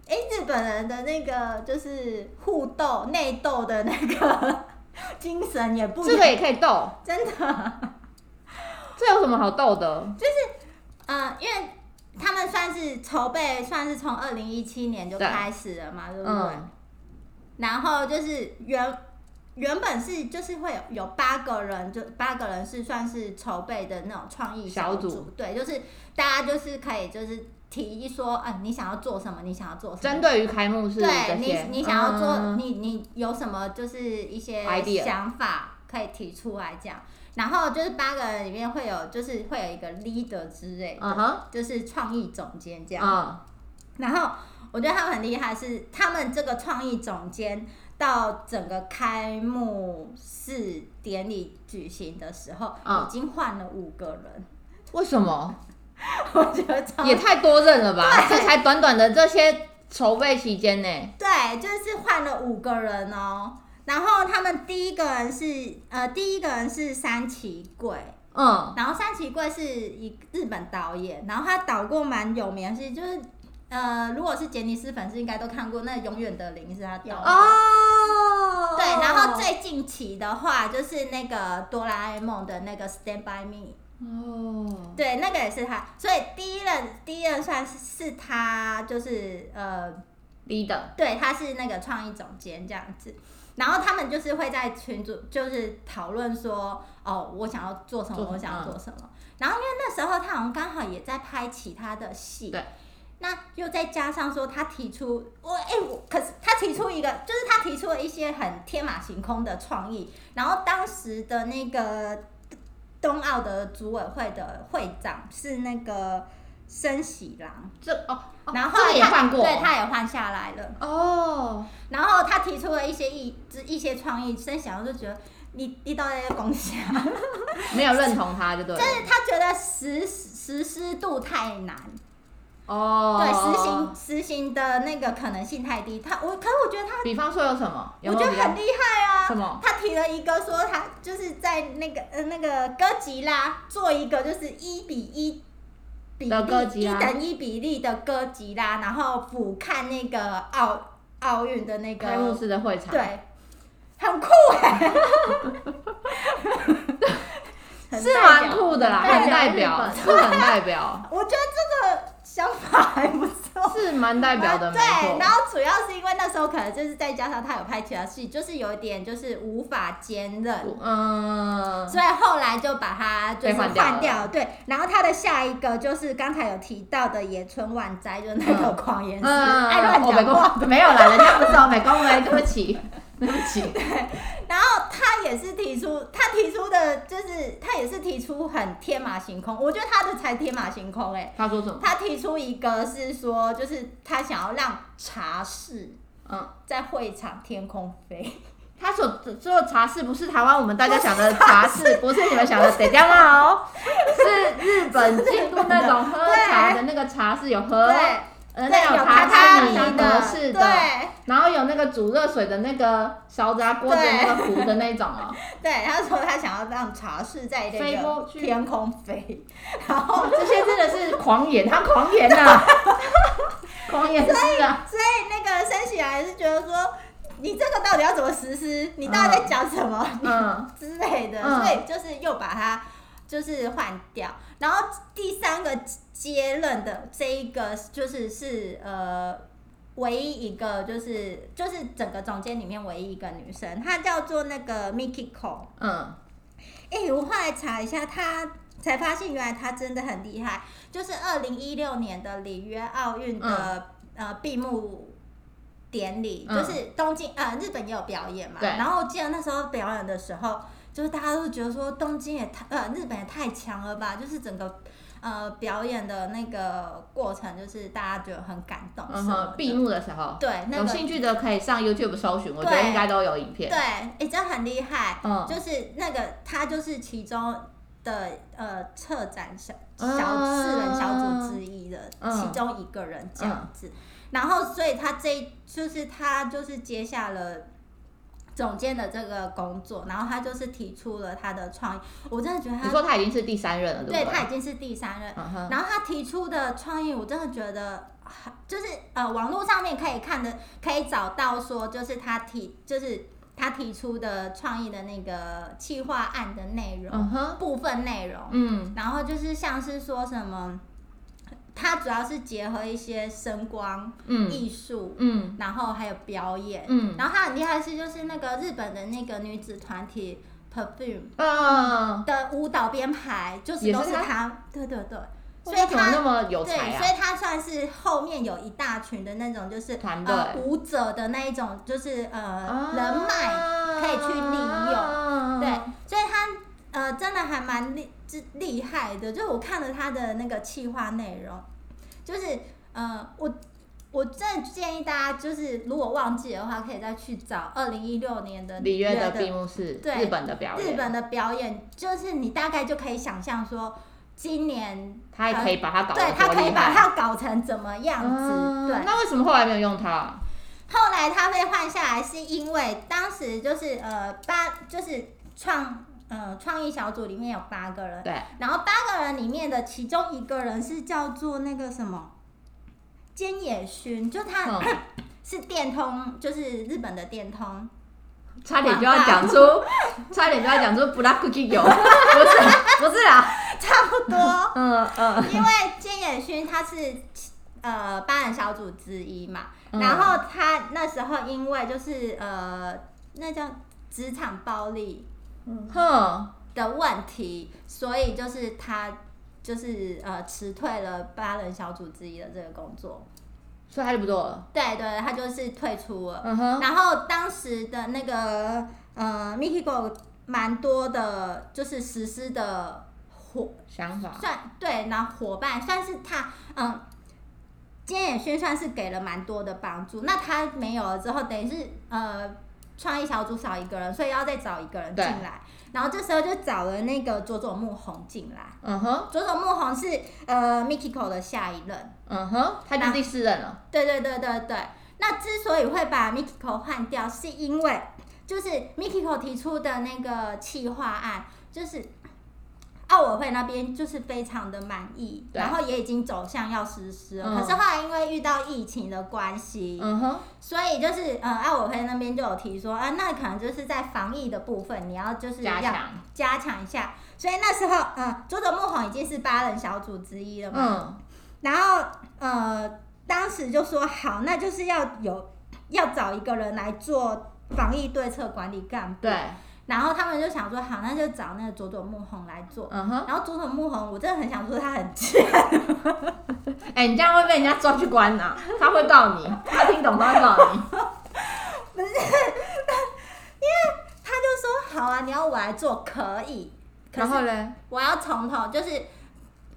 S3: 哎、诶日本人的那个就是互斗、内斗的那个 精神也不一
S1: 这个
S3: 样，
S1: 也可以斗，
S3: 真的。
S1: 这有什么好斗的？
S3: 呃，因为他们算是筹备，算是从二零一七年就
S1: 对
S3: 开始了嘛，对不对？
S1: 嗯，
S3: 然后就是原原本是就是会有有八个人，就八个人是算是筹备的那种创意
S1: 小
S3: 组，
S1: 组
S3: 对，就是大家就是可以就是提议说，嗯、你想要做什么，你想要做什
S1: 针
S3: 么。
S1: 对于开幕式
S3: 对
S1: 这
S3: 你
S1: 些，，
S3: 你想要做，
S1: 嗯
S3: 你你有什么就是一些
S1: Idea
S3: 想法可以提出来这样，然后就是八个人里面会有就是会有一个 leader 之类的
S1: 嗯哼，
S3: 就是创意总监这样。
S1: 嗯，
S3: 然后我觉得他们很厉害是，他们这个创意总监到整个开幕式典礼举行的时候，
S1: 嗯
S3: 已经换了五个人，
S1: 为什么？
S3: 我觉得超
S1: 也太多任了吧？这才短短的这些筹备期间呢，
S3: 对，就是换了五个人哦。然后他们第一个人是呃，第一个人是三崎贵，
S1: 嗯，
S3: 然后山崎贵是一日本导演，然后他导过蛮有名的戏，就是呃，如果是杰尼斯粉丝应该都看过，那《永远的零》是他导的。
S1: 哦，
S3: 对，然后最近期的话就是那个哆啦 A 梦的那个 Stand by Me，
S1: 哦，
S3: 对，那个也是他，所以第一任第一任算是是他，就是呃，
S1: leader，
S3: 对，他是那个创意总监这样子。然后他们就是会在群组就是讨论说，哦，我想要做什么，
S1: 做什么嗯
S3: 我想要做什么。然后因为那时候他好像刚好也在拍其他的戏，
S1: 对。
S3: 那又再加上说他提出我哎、我可是他提出一个，就是他提出了一些很天马行空的创意。然后当时的那个冬奥的组委会的会长是那个申喜郎，
S1: 这哦，哦
S3: 然后
S1: 这个也
S3: 他
S1: 换过，
S3: 对，他也换下来了。
S1: 哦，
S3: 然后他提出了一些意一些创意，申小就觉得你你到底在 攻下，
S1: 没有认同他就对了
S3: 但，是他觉得实实施度太难，
S1: 哦，
S3: 对，实行实行的那个可能性太低。他我，可是我觉得他，
S1: 比方说有什么？有
S3: 我
S1: 没
S3: 觉
S1: 有比
S3: 得
S1: 较
S3: 很厉害啊。
S1: 什么？
S3: 他提了一个说他就是在那个呃那个哥吉拉做一个就是一比一比
S1: 的哥
S3: 例
S1: 吉
S3: 一
S1: 拉
S3: 等一比例的哥吉拉，然后俯瞰那个奥奥运的那
S1: 开幕
S3: 个
S1: 式的会场，
S3: 对，很酷哎、
S2: 很
S1: 是
S2: 代表
S1: 蛮酷的啦，
S2: 代
S1: 很代
S2: 表日
S1: 表，
S2: 本
S1: 是很代表，
S3: 我觉得这个想法还不错。
S1: 是蛮代表的，没
S3: 啊对，
S1: 错
S3: 然。后主要是因为那时候可能就是再加上他有拍其他戏，就是有点就是无法兼任，
S1: 嗯，
S3: 所以后来就把他就
S1: 被
S3: 是
S1: 换
S3: 换
S1: 掉
S3: 掉
S1: 了
S3: 对，然后他的下一个就是刚才有提到的野村万斋，就是那个狂言师，
S1: 嗯，
S3: 爱乱
S1: 我没
S3: 讲话。
S1: 公没有啦，人家不知道美工哎，对不起，对不起，
S3: 然后他也是提出，他提出的就是他也是提出很天马行空，我觉得他的才天马行空哎、
S1: 他说什么？
S3: 他提出一个是说，就是他想要让茶室
S1: 嗯，
S3: 在会场天空飞。
S1: 他所做的茶室不是台湾我们大家想的茶 室，不是你们想的得江啦哦，是日本京都那种喝茶的那个茶室，有喝
S3: 对，
S1: 呃
S3: 对，
S1: 那种
S3: 有
S1: 榻
S3: 榻
S1: 榻
S3: 榻
S1: 米
S3: 米
S1: 格
S3: 的，
S1: 式的，
S3: 对
S1: 然后有那个煮热水的那个小杂锅的那个壶的那种哦，
S3: 对，他说他想要让茶室在
S1: 飞
S3: 这
S1: 过
S3: 个
S1: 去
S3: 天空飞，然 后
S1: 这些真的是狂言，他狂言呐、 啊，狂言是啊，
S3: 所以哎那个申喜还是觉得说，你这个到底要怎么实施？你到底在讲什么？
S1: 嗯，
S3: 之类的，
S1: 嗯
S3: 所以就是又把它就是换掉。然后第三个接任的这一个就是是呃唯一一个就是就是整个总监里面唯一一个女生，她叫做那个 Mikiko。
S1: 嗯，
S3: 哎、我后来查一下，她才发现原来她真的很厉害，就是二零一六年的里约奥运的、呃闭幕。典礼
S1: 嗯
S3: 就是东京，呃，日本也有表演嘛。
S1: 对
S3: 然后我记得那时候表演的时候，就是大家都觉得说东京也太，呃，日本也太强了吧，就是整个呃表演的那个过程，就是大家觉得很感动什
S1: 嗯
S3: 么
S1: 哼
S3: 的。，
S1: 闭幕的时候，
S3: 对那
S1: 有
S3: 个
S1: 兴趣的可以上 YouTube 搜寻，我觉得
S3: 对
S1: 应该都有影
S3: 对，
S1: 片。
S3: 哎、这很厉害。
S1: 嗯
S3: 就是那个他就是其中的呃策展小小
S1: 嗯
S3: 四人小组之一的、
S1: 嗯
S3: 其中一个人这样子，然后所以他这一就是他就是接下了。总监的这个工作，然后他就是提出了他的创意，我真的觉得
S1: 你
S3: 他，
S1: 说他已经是第三任了，
S3: 对
S1: 不
S3: 他
S1: 对？
S3: 已经是第三任，
S1: 嗯哼，
S3: 然后他提出的创意，我真的觉得 很就是呃，网络上面可以看的，可以找到说，就是他提，就是他提出的创意的那个企划案的内容、
S1: 嗯哼，
S3: 部分内容，
S1: 嗯，
S3: 然后就是像是说什么，它主要是结合一些声光、
S1: 嗯
S3: 艺术，
S1: 嗯
S3: 然后还有表演，
S1: 嗯
S3: 然后他很厉害的是就是那个日本的那个女子团体 Perfume。
S1: 嗯，
S3: 的舞蹈编排，就是
S1: 也是
S3: 都是
S1: 他
S3: 他，对对对，所
S1: 所
S3: 以
S1: 以怎么
S3: 他
S1: 那么有
S3: 对，
S1: 才
S3: 所
S1: 啊？
S3: 以他算是后面有一大群的那种，就是
S1: 团队
S3: 呃舞者的那一种，就是呃、
S1: 啊
S3: 人脉，可以去利用对，所以他呃真的还蛮厉之厉害的。就是我看了他的那个企划内容，就是呃我。我真的建议大家，就是如果忘记的话，可以再去找二零一六年的
S1: 里约的闭幕式，
S3: 对
S1: 日本的表
S3: 日
S1: 演，
S3: 本的表演，就是你大概就可以想象说，今年
S1: 他也可以把它搞得
S3: 对他
S1: 多
S3: 可以
S1: 厉害
S3: 把它搞成怎么样子？
S1: 嗯
S3: 对，
S1: 那为什么后来没有用它？
S3: 后来他被换下来，是因为当时就是呃八就是创呃创意小组里面有八个人，
S1: 对，
S3: 然后八个人里面的其中一个人是叫做那个什么菅野勋，就他、
S1: 嗯
S3: 是电通，就是日本的电通，
S1: 差点就要讲出， 差点就要讲出 black cookie 油， 不是不是啦，
S3: 差不多。
S1: 嗯嗯
S3: 因为菅野勋他是呃八人小组之一嘛，
S1: 嗯
S3: 然后他那时候因为就是呃那叫职场暴力
S1: 哼，
S3: 的问题，所以就是他就是呃辞退了八人小组之一的这个工作，
S1: 所以他就不做了，
S3: 对对，他就是退出了。
S1: 嗯哼，
S3: 然后当时的那个呃 Mikiko 蛮多的，就是实施的活
S1: 想法，
S3: 算对，然后伙伴算是他，嗯，菅野宣算是给了蛮多的帮助。那他没有了之后，等于是呃，创意小组少一个人，所以要再找一个人
S1: 对
S3: 进来。然后这时候就找了那个佐佐木宏进来。
S1: 嗯哼，
S3: 佐佐木宏是呃 Mikiko 的下一任，
S1: 嗯哼，他就是第四任了。
S3: 对对对对对。那之所以会把 Mikiko 换掉，是因为就是 Mikiko 提出的那个企划案，就是奥委会那边就是非常的满意，
S1: 对
S3: 然后也已经走向要实施了。
S1: 嗯
S3: 可是后来因为遇到疫情的关系，
S1: 嗯哼，
S3: 所以就是呃奥委会那边就有提说啊，那可能就是在防疫的部分，你要就是要
S1: 加强。
S3: 加强一下。所以那时候，呃，佐佐木宏已经是八人小组之一了嘛，
S1: 嗯
S3: 然后呃，当时就说好，那就是要有要找一个人来做防疫对策管理干部。，
S1: 对，
S3: 然后他们就想说好，那就找那个佐佐木宏来做。
S1: 嗯哼，
S3: 然后佐佐木宏，我真的很想说他很贱，
S1: 哎、你这样会被人家抓去关 呐、他会告你，他听懂他会告你。
S3: 他就说好啊，你要我来做可以， 可
S1: 然后
S3: 是
S1: 嘞，
S3: 我要从头就是。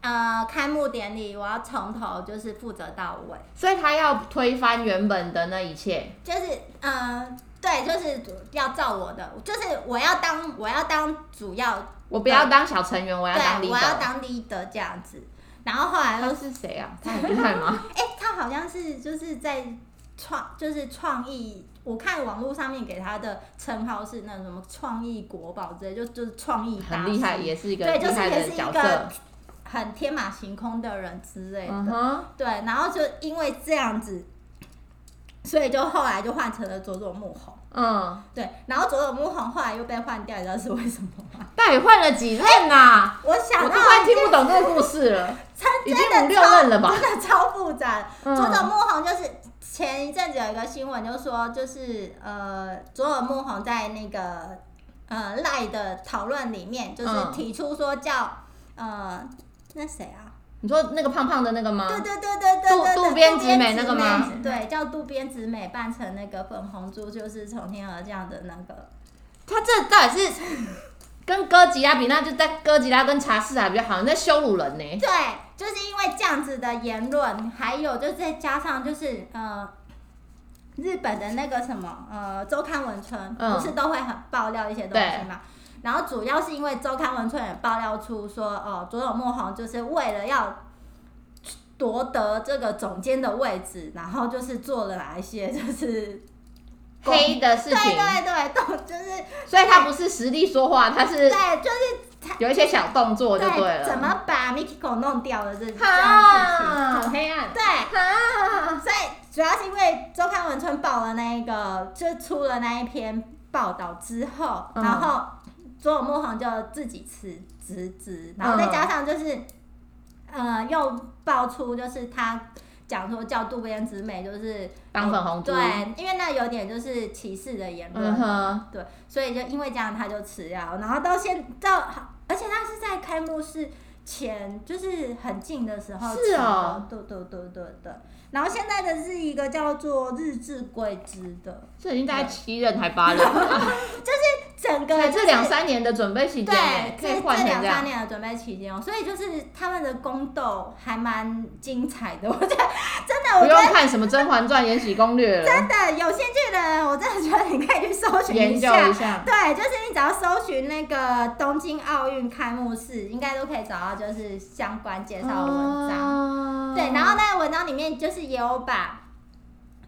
S3: 呃，开幕典礼我要从头就是负责到尾，
S1: 所以他要推翻原本的那一切。
S3: 就是呃，对，就是要照我的，就是我要当我要当主要
S1: 我不要当小成员，我要当
S3: 对，我要
S1: leader。
S3: 当 leader 这样子。然后后来就
S1: 他
S3: 是，
S1: 是谁啊？他很厉害 吗？
S3: 哎、他好像是就是在创，就是创意。我看网络上面给他的称号是那什么创意国宝之类，就就是创意大
S1: 很
S3: 师
S1: 厉害，也是一个
S3: 对，
S1: 厉
S3: 就是
S1: 害
S3: 也
S1: 的
S3: 是一
S1: 角
S3: 个
S1: 色。
S3: 很天马行空的人之类的。
S1: 嗯哼，
S3: 对，然后就因为这样子，所以就后来就换成了佐佐木宏。
S1: 嗯，
S3: 对，然后佐佐木宏后来又被换掉，你知道是为什么吗？
S1: 到底换了几任呐、啊？
S3: 我想
S1: 我
S3: 到
S1: 都快
S3: 了
S1: 听不懂这个故事 了，已经五六任了吧？
S3: 真的超复杂的。
S1: 嗯
S3: 佐佐木宏就是前一阵子有一个新闻，就说就是呃，佐佐木宏在那个呃赖的讨论里面，就是
S1: 嗯
S3: 提出说叫、呃那谁啊？
S1: 你说那个胖胖的那个吗？
S3: 对对对对对
S1: 嗯
S3: 对，
S1: 渡
S3: 对
S1: 渡边直美那个吗
S3: 渡边直美对，叫渡边直美扮成那个粉红猪，就是从天而降的那个。
S1: 他这到底是跟哥吉拉比，那就在哥吉拉跟查士达比较好，你在羞辱人呢、
S3: 对，就是因为这样子的言论，还有就是再加上就是呃，日本的那个什么呃周刊文春，
S1: 嗯
S3: 不是都会很爆料一些东西嘛？然后主要是因为周刊文春也爆料出说，哦、佐佐木宏就是为了要夺得这个总监的位置，然后就是做了哪一些就是
S1: 黑的事
S3: 对
S1: 情，
S3: 对对，动就是
S1: 所以他不是实力说话，他是
S3: 对就是
S1: 有一些小动作就
S3: 对
S1: 了。
S3: 怎么把 Mikiko 弄掉了这这件事
S1: 啊？好黑暗
S2: 哦
S3: 情，。对。
S1: 啊
S3: 所以主要是因为周刊文春报了那一个，就出了那一篇报道之后，
S1: 嗯
S3: 然后佐佐木宏就自己辞辞职，
S1: 嗯
S3: 然后再加上就是，呃，又爆出就是他讲说叫渡边直美就是
S1: 当粉红猪
S3: 对，因为那有点就是歧视的言论
S1: 嗯，哼，
S3: 对，所以就因为这样他就辞掉，然后到现到，而且他是在开幕式前，就是很近的时候
S1: 是
S3: 辞的
S1: 哦，
S3: 对对对对对。然后现在的是一个叫做日志贵之的，
S1: 这已经大概七任还八任了，
S3: 整个、
S1: 才
S3: 就
S1: 这
S3: 是、
S1: 两三年的准备期间
S3: 对
S1: 耶，可
S3: 这
S1: 以换
S3: 这
S1: 成
S3: 两
S1: 这
S3: 三
S1: 样。
S3: 年的准备期间哦，所以就是他们的宫斗还蛮精彩的，我觉得真
S1: 不
S3: 的，我觉
S1: 用
S3: 得。
S1: 看什么《甄嬛传》《延禧攻略》了，
S3: 真的有兴趣的人，我真的觉得你可以去搜寻
S1: 研
S3: 一
S1: 究
S3: 下，
S1: 一下。
S3: 对，就是你只要搜寻那个东京奥运开幕式，应该都可以找到就是相关介绍的文
S1: 啊
S3: 章。
S1: 章
S3: 对，然后那个文章里面就是也有把，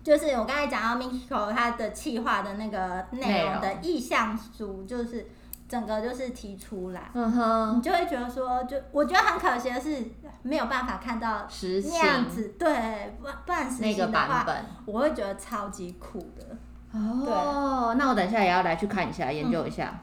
S3: 就是我刚才讲到 Mikiko 他的企划的那个内容的
S1: 内容
S3: 意向书，就是整个就是提出来，
S1: 嗯
S3: 你
S1: 哼，
S3: 就会觉得说，就我觉得很可惜的是没有办法看到
S1: 实
S3: 那样
S1: 行
S3: 子，对，不不然实
S1: 那
S3: 行
S1: 个
S3: 的
S1: 版
S3: 话，
S1: 本。
S3: 我会觉得超级酷的。
S1: 哦，那我等一下也要来去看一下，研
S2: 嗯
S1: 究一下。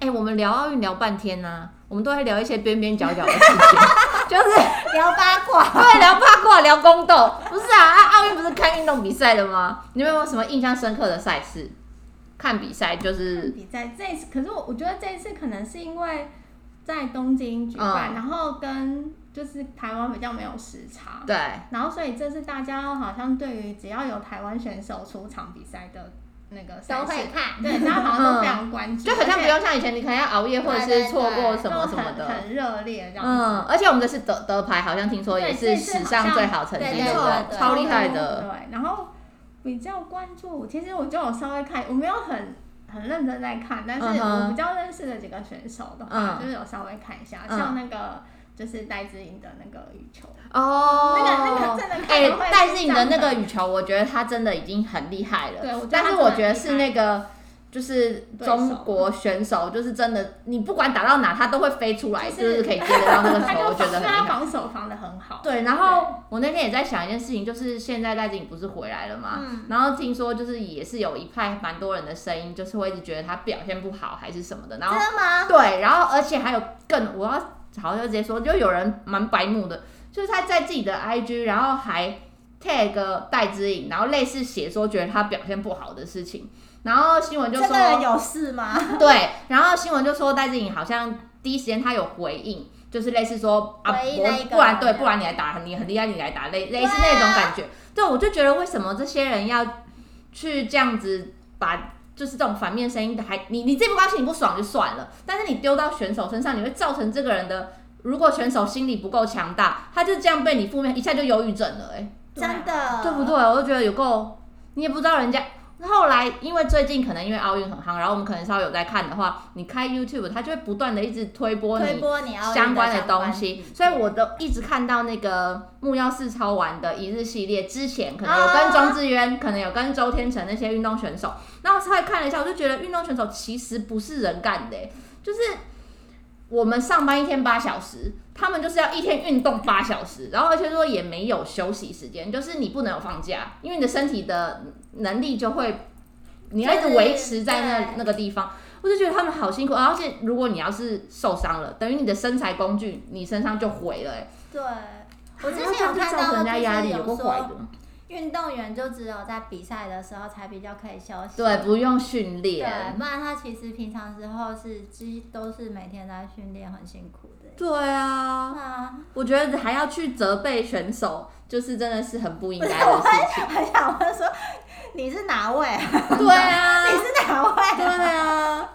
S1: 哎、我们聊奥运聊半天呢、我们都在聊一些边边角角的事情， 就是
S3: 聊八卦，
S1: 对聊八卦、聊宫斗，不是啊？啊，奥运不是看运动比赛的吗？你们有没有什么印象深刻的赛事？看比赛就是
S2: 比赛这一次，可是我我觉得这一次可能是因为在东京举办，
S1: 嗯
S2: 然后跟就是台湾比较没有时差，
S1: 对，
S2: 然后所以这次大家好像对于只要有台湾选手出场比赛的那个赛
S3: 都
S2: 事
S3: 会，看。
S2: 对，大家好像都非常关注，
S1: 就很像
S2: 而
S1: 不
S2: 且
S1: 用像以前，你可能要熬夜或者是错过什么
S2: 都
S1: 什么的
S2: 很。很热烈这样子。
S1: 嗯，而且我们这次得得牌好像听说也
S2: 对
S1: 是
S2: 这次
S1: 史
S2: 好
S1: 上
S2: 像
S1: 最好成绩，
S3: 对
S1: 对
S3: 没
S1: 不
S3: 错
S1: 对？
S3: 对
S1: 超厉害的。
S2: 对，然后比较关注，其实我就有稍微看，我没有很很认真在看，但是
S1: 嗯哼
S2: 我比较认识的几个选手的话
S1: 嗯
S2: 就是有稍微看一下，
S1: 嗯
S2: 像那个就是戴资颖的那个羽球，
S1: 哦，
S2: 那个那个真的看
S1: 哎
S2: 了会，
S1: 戴志颖的
S2: 紧
S1: 那
S2: 张
S1: 个羽球，我觉得他真的已经很厉害了。
S2: 对我觉得
S1: 但
S2: 他
S1: 是
S2: 真的
S1: 我觉得
S2: 很
S1: 是
S2: 厉害
S1: 那个。就是
S2: 对手
S1: 中国选手，就是真的，你不管打到哪，他都会飞出来，就
S2: 就是是
S1: 可以接得到那个
S2: 他
S1: 球，
S2: 就
S1: 我觉得很厉
S2: 他
S1: 害。
S2: 防守防的很好，
S1: 对，然后我那天也在想一件事情，就是现在戴志颖不是回来了嘛，
S3: 嗯
S1: 然后听说就是也是有一派蛮多人的声音，就是会一直觉得他表现不好还是什么的，然后
S3: 真的吗？
S1: 对，然后而且还有更，我要好像就直接说，就有人蛮白目的，就是他在自己的 IG，然后还 tag 戴之颖，然后类似写说觉得他表现不好的事情，然后新闻就
S3: 这个人
S1: 说
S3: 有事 吗？
S1: 对，然后新闻就说戴之颖好像第一时间他有回应。就是类似说啊，
S3: 回应那一
S1: 我
S3: 个
S1: 不然对，
S3: 人
S1: 不然你来打，你很厉害，你来打，类类
S3: 对啊
S1: 似那种感觉。对，我就觉得为什么这些人要去这样子把就是这种反面声音的，还你你自己不高兴你不爽就算了，但是你丢到选手身上，你会造成这个人的，如果选手心理不够强大，他就这样被你负面一下就忧郁症了、欸，
S2: 对啊
S3: 真的，
S1: 对不对？我就觉得有够，你也不知道人家。后来，因为最近可能因为奥运很夯，然后我们可能稍微有在看的话，你开 YouTube，它就会不断的一直推播你
S3: 推播你要
S1: 相关
S3: 的
S1: 的嗯东西，所以我都一直看到那个木曜四超玩的一日系列，之前可能有跟庄智渊，可能有跟周天成那些运动选手，然后我稍微看了一下，我就觉得运动选手其实不是人干的欸、就是我们上班一天八小时，他们就是要一天运动八小时，然后而且说也没有休息时间，就是你不能有放假，因为你的身体的能力就会，你要一直维持在那
S3: 对
S1: 那个地方。我就觉得他们好辛苦，而且如果你要是受伤了，等于你的身材工具你身上就毁了、欸，
S3: 对。我之
S1: 然后这
S3: 前有
S1: 样就
S3: 看
S1: 造
S3: 到，
S1: 成人家压力，
S3: 就是
S1: 有
S3: 有
S1: 够坏
S3: 说
S1: 的。
S3: 运动员就只有在比赛的时候才比较可以休息，
S1: 对，不用训
S3: 对，
S1: 练。
S3: 不然他其实平常时候是几都是每天在训练，很辛苦的。
S1: 对啊，
S3: 啊，
S1: 我觉得还要去责备选手，就是真的是很不应该 的事情。
S3: 很想问说你是哪位？
S1: 对啊，
S3: 你是哪位？
S1: 对啊，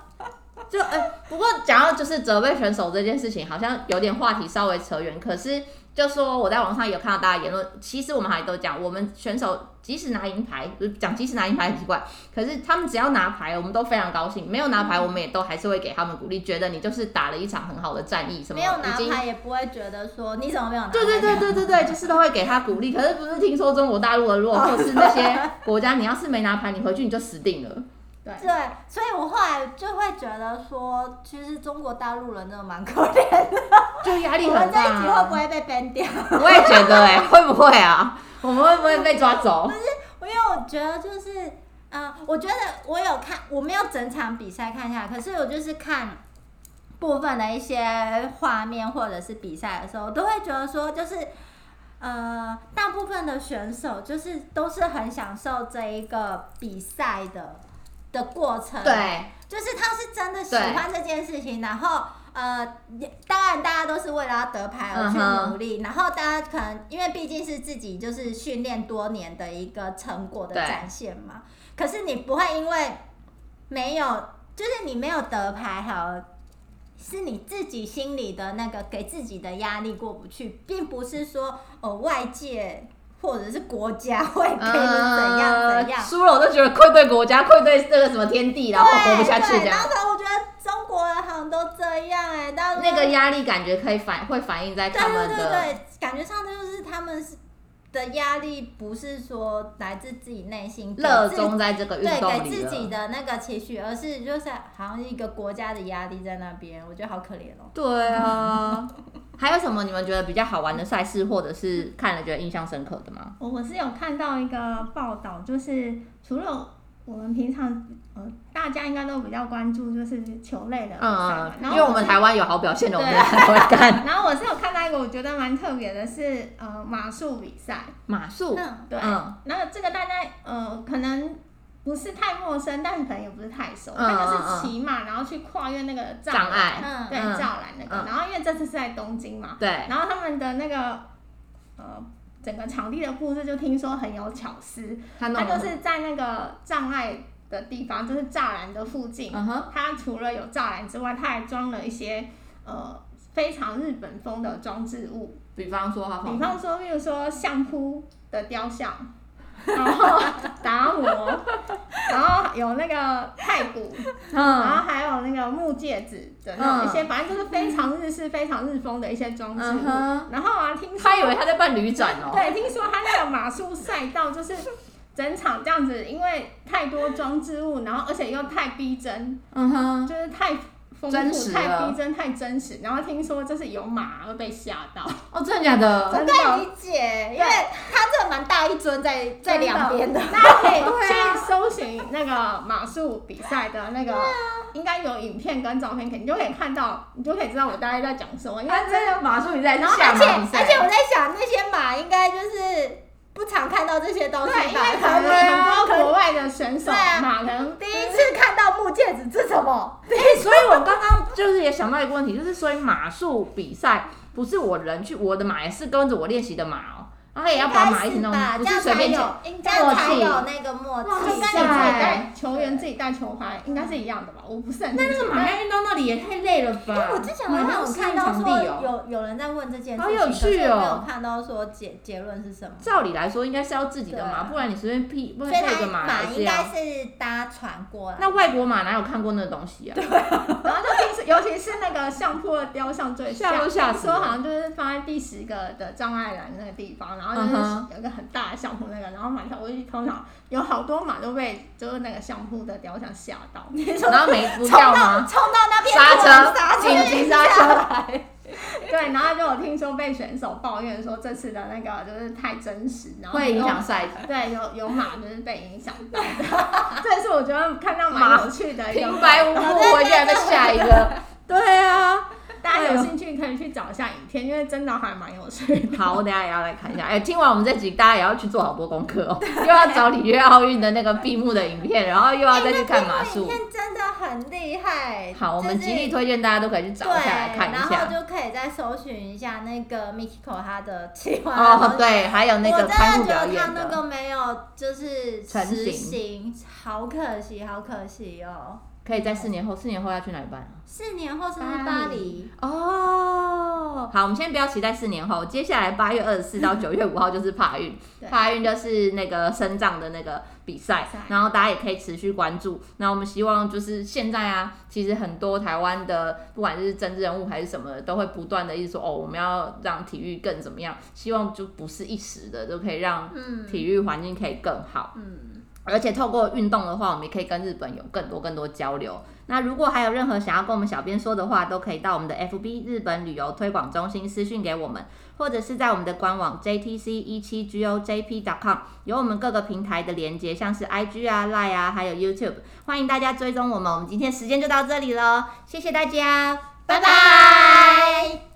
S1: 就哎、不过讲到就是责备选手这件事情，好像有点话题稍微扯远。可是就说我在网上有看到大家言论，其实我们还都讲，我们选手即使拿银牌，不是讲即使拿银牌很奇怪，可是他们只要拿牌，我们都非常高兴；没有拿牌，我们也都还是会给他们鼓励，觉得你就是打了一场很好的战役，什么
S3: 没有
S1: 已
S3: 拿
S1: 经
S3: 牌也不会觉得说你怎么没有拿牌？
S1: 对对对对对对，就是都会给他鼓励。可是不是听说中国大陆的弱，或是那些国家，你要是没拿牌，你回去你就死定了。
S2: 对，
S3: 对，所以我后来就会觉得说，其实中国大陆人真的蛮可怜的。
S1: 就压力
S3: 我
S1: 很
S3: 们这
S1: 大、啊
S3: 一集会不会被 ban 掉？
S1: 我也觉得哎、会不会啊？我们会不会被抓走？
S3: 因为我觉得就是，呃，我觉得我有看，我没有整场比赛看下来，可是我就是看部分的一些画面或者是比赛的时候，我都会觉得说，就是呃，大部分的选手就是都是很享受这一个比赛的的过程，
S1: 对，
S3: 就是他是真的喜欢这件事情，然后呃，也当然大家都是为了要得牌而去努力，然后大家可能因为毕竟是自己就是训练多年的一个成果的
S1: 对
S3: 展现嘛，可是你不会因为没有，就是你没有得牌好了。是你自己心里的那个给自己的压力过不去，并不是说哦外界或者是国家会给你怎样怎
S1: 呃，
S3: 样
S1: 输了我都觉得愧对国家，愧对这个什么天地，然后活不下去这
S3: 对对，然
S1: 样。
S3: 后我觉得中国人好像都这样哎、但是
S1: 那个压力感觉可以反会反映在
S3: 对
S1: 他
S3: 对
S1: 们
S3: 对
S1: 的
S3: 对，感觉上就是他们是的压力不是说来自自己内心给
S1: 热
S3: 自
S1: 衷在这个运
S3: 对
S1: 动
S3: 给
S1: 里
S3: 自己
S1: 了。
S3: 的那个期许，而是就是好像一个国家的压力在那边，我觉得好可怜哦。
S1: 对啊，还有什么你们觉得比较好玩的赛事，或者是看了觉得印象深刻的吗？
S2: 哦我我是有看到一个报道，就是除了我们平常呃大家应该都比较关注就是球类的比赛
S1: 嗯
S2: 嘛，，
S1: 因
S2: 然后
S1: 为我们
S2: 是
S1: 台湾有好表现的，我们
S2: 对
S1: 才会看
S2: 然后我是有看到一个我觉得蛮特别的是呃马术比赛，
S1: 马术。
S3: 嗯，
S2: 对，
S1: 嗯
S2: 那这个大家呃可能不是太陌生，但可能也不是太熟，
S1: 嗯
S2: 它就是骑马然后去跨越那个
S1: 障
S2: 栏，
S1: 碍，
S3: 嗯
S2: 对
S1: 嗯
S2: 栅栏那个，
S1: 嗯
S2: 然后因为这次是在东京嘛，
S1: 对，
S2: 然后他们的那个呃整个场地的布置就听说很有巧思，
S1: 他
S2: 它
S1: 弄
S2: 就
S1: 了
S2: 是在那个障碍的地方，就是栅栏的附近，
S1: 嗯哼，
S2: 它除了有栅栏之外，它还装了一些呃非常日本风的装置物，
S1: 比方说他
S2: 比方说，比如说相扑的雕像，然后达摩，然后有那个太古，然
S1: 嗯
S2: 后还有那个木戒指的那种一些，反正就是非常日式、非常日风的一些装饰
S1: 嗯
S2: 物。
S1: 哼，
S2: 然后啊，听说
S1: 他以为他在办旅展哦，
S2: 对，听说他那个马术赛道就是整场这样子，因为太多装置物，然后而且又太逼真，
S1: 嗯哼，
S2: 就是太丰
S1: 真实
S2: 富、太
S1: 了
S2: 逼真、太真实。然后听说就是有马会被吓到，
S1: 哦，真的假的？
S3: 我
S2: 真的
S3: 可以理解，因为它这蛮大一尊在在
S2: 真的
S3: 两边的，
S2: 大家可以
S1: 对啊
S2: 去搜寻那个马术比赛的那个，应该有影片跟照片，肯定就可以看到，你就可以知道我大概在讲什么。因为
S1: 他真的马术比赛，
S3: 然后
S1: 下
S3: 而
S1: 马
S3: 且
S1: 比
S3: 而
S1: 赛
S3: 且我在想，那些马应该就是不常看到这些东西
S2: 对，因
S3: 吧
S2: 为？可能
S3: 对啊
S2: 很多国外的选手
S3: 对啊
S2: 马可能
S3: 第一次看到木戒指这什么？
S1: 哎，所以我刚刚就是也想到一个问题，就是所以马术比赛不是我人去，我的马也是跟着我练习的马哦，然后也要把马一起弄，
S3: 应
S1: 不是
S3: 该是吧这
S1: 随
S3: 样才
S1: 便
S3: 有
S1: 叫，，
S3: 这样才
S1: 默契
S3: 有那个默
S2: 就跟你
S3: 契
S2: 自己
S1: 哇塞
S2: 带球员自己带球拍，应该是一样的吧？我不是很
S1: 那
S2: 清
S1: 那
S2: 楚
S1: 个马要运到那里也太累了
S3: 因为
S1: 吧？
S3: 我之前好像有看到
S1: 场
S3: 说
S1: 地哦。
S3: 有有人在问这件事情，
S1: 好有趣哦
S3: 可是我没有看到说结结论是什么。
S1: 照理来说应该是要自己的马，
S3: 对啊
S1: 不然你随便劈，不
S3: 所
S1: 能
S3: 以
S1: 配一
S3: 它
S1: 个马
S3: 马
S1: 来是
S3: 应
S1: 要
S3: 该是搭船过来，
S1: 那外国马哪有看过那个东 西啊？
S2: 然后就听说，尤其是那个相扑的雕像最
S1: 吓
S2: 像，
S1: 都吓死
S2: 说好
S1: 了。
S2: 像就是放在第十个的障碍栏那个地方，然后就
S1: 嗯哼
S2: 是有一个很大的相扑那个，然后马上我就通常有好多马都被就是那个相扑的雕像吓到，
S1: 然后没不
S3: 冲
S1: 掉
S3: 到
S1: 吗？
S3: 冲到那边
S1: 刹
S3: 突然
S1: 车，紧急
S3: 刹
S1: 刹
S3: 车
S1: 车。
S2: 对，然后就有听说被选手抱怨说这次的那个就是太真实，然后
S1: 会影响赛
S3: 哦
S2: 有。
S1: 程。
S2: 对，有有马就是被影响到的， 这是我觉得看到
S1: 马
S2: 蛮有趣的一个
S1: 平白
S3: 哦
S1: 无故，我居然被下一 个。对啊，
S2: 大家有兴趣可以去找一下影片，因为真的还蛮有趣的。
S1: 好，我等一下也要来看一下。哎、听完我们这集，大家也要去做好多功课哦，又要找里约奥运的那个闭幕的影片，然后又要再去看马
S3: 影
S1: 术。
S3: 片真的很厉害。
S1: 好，我们
S3: 就是
S1: 极力推荐大家都可以去找一下来看一
S3: 对，哦然后
S1: 下。
S3: 就可以再搜寻一下那个 Mikiko 他的计划。
S1: 哦，，对，还有那
S3: 我
S1: 个
S3: 真
S1: 开幕
S3: 的
S1: 表
S3: 觉得他
S1: 演
S3: 那
S1: 的，
S3: 个没有就是
S1: 成型
S3: 实行，好可惜，好可惜哦。
S1: 可以在四年后，四年后要去哪里办啊？
S3: 四年后是不是巴
S2: 巴
S3: 黎？
S1: 哦，好，我们先不要期待四年后，接下来八月二十四到九月五号就是帕运
S2: 对，
S1: 帕运就是那个深藏的那个比赛
S2: 比赛，
S1: 然后大家也可以持续关注。那我们希望就是现在啊，其实很多台湾的不管是政治人物还是什么的，都会不断的一直说哦，我们要让体育更怎么样，希望就不是一时的，就可以让
S3: 嗯
S1: 体育环境可以更好。
S3: 嗯，
S1: 而且透过运动的话，我们也可以跟日本有更多更多交流。那如果还有任何想要跟我们小编说的话，都可以到我们的 FB 日本旅游推广中心私讯给我们，或者是在我们的官网 JTC 一七 GOJP.com 有我们各个平台的连接，像是 IG 啊、Line 啊，还有 YouTube，欢迎大家追踪我们。我们今天时间就到这里喽，谢谢大家，拜拜
S3: 拜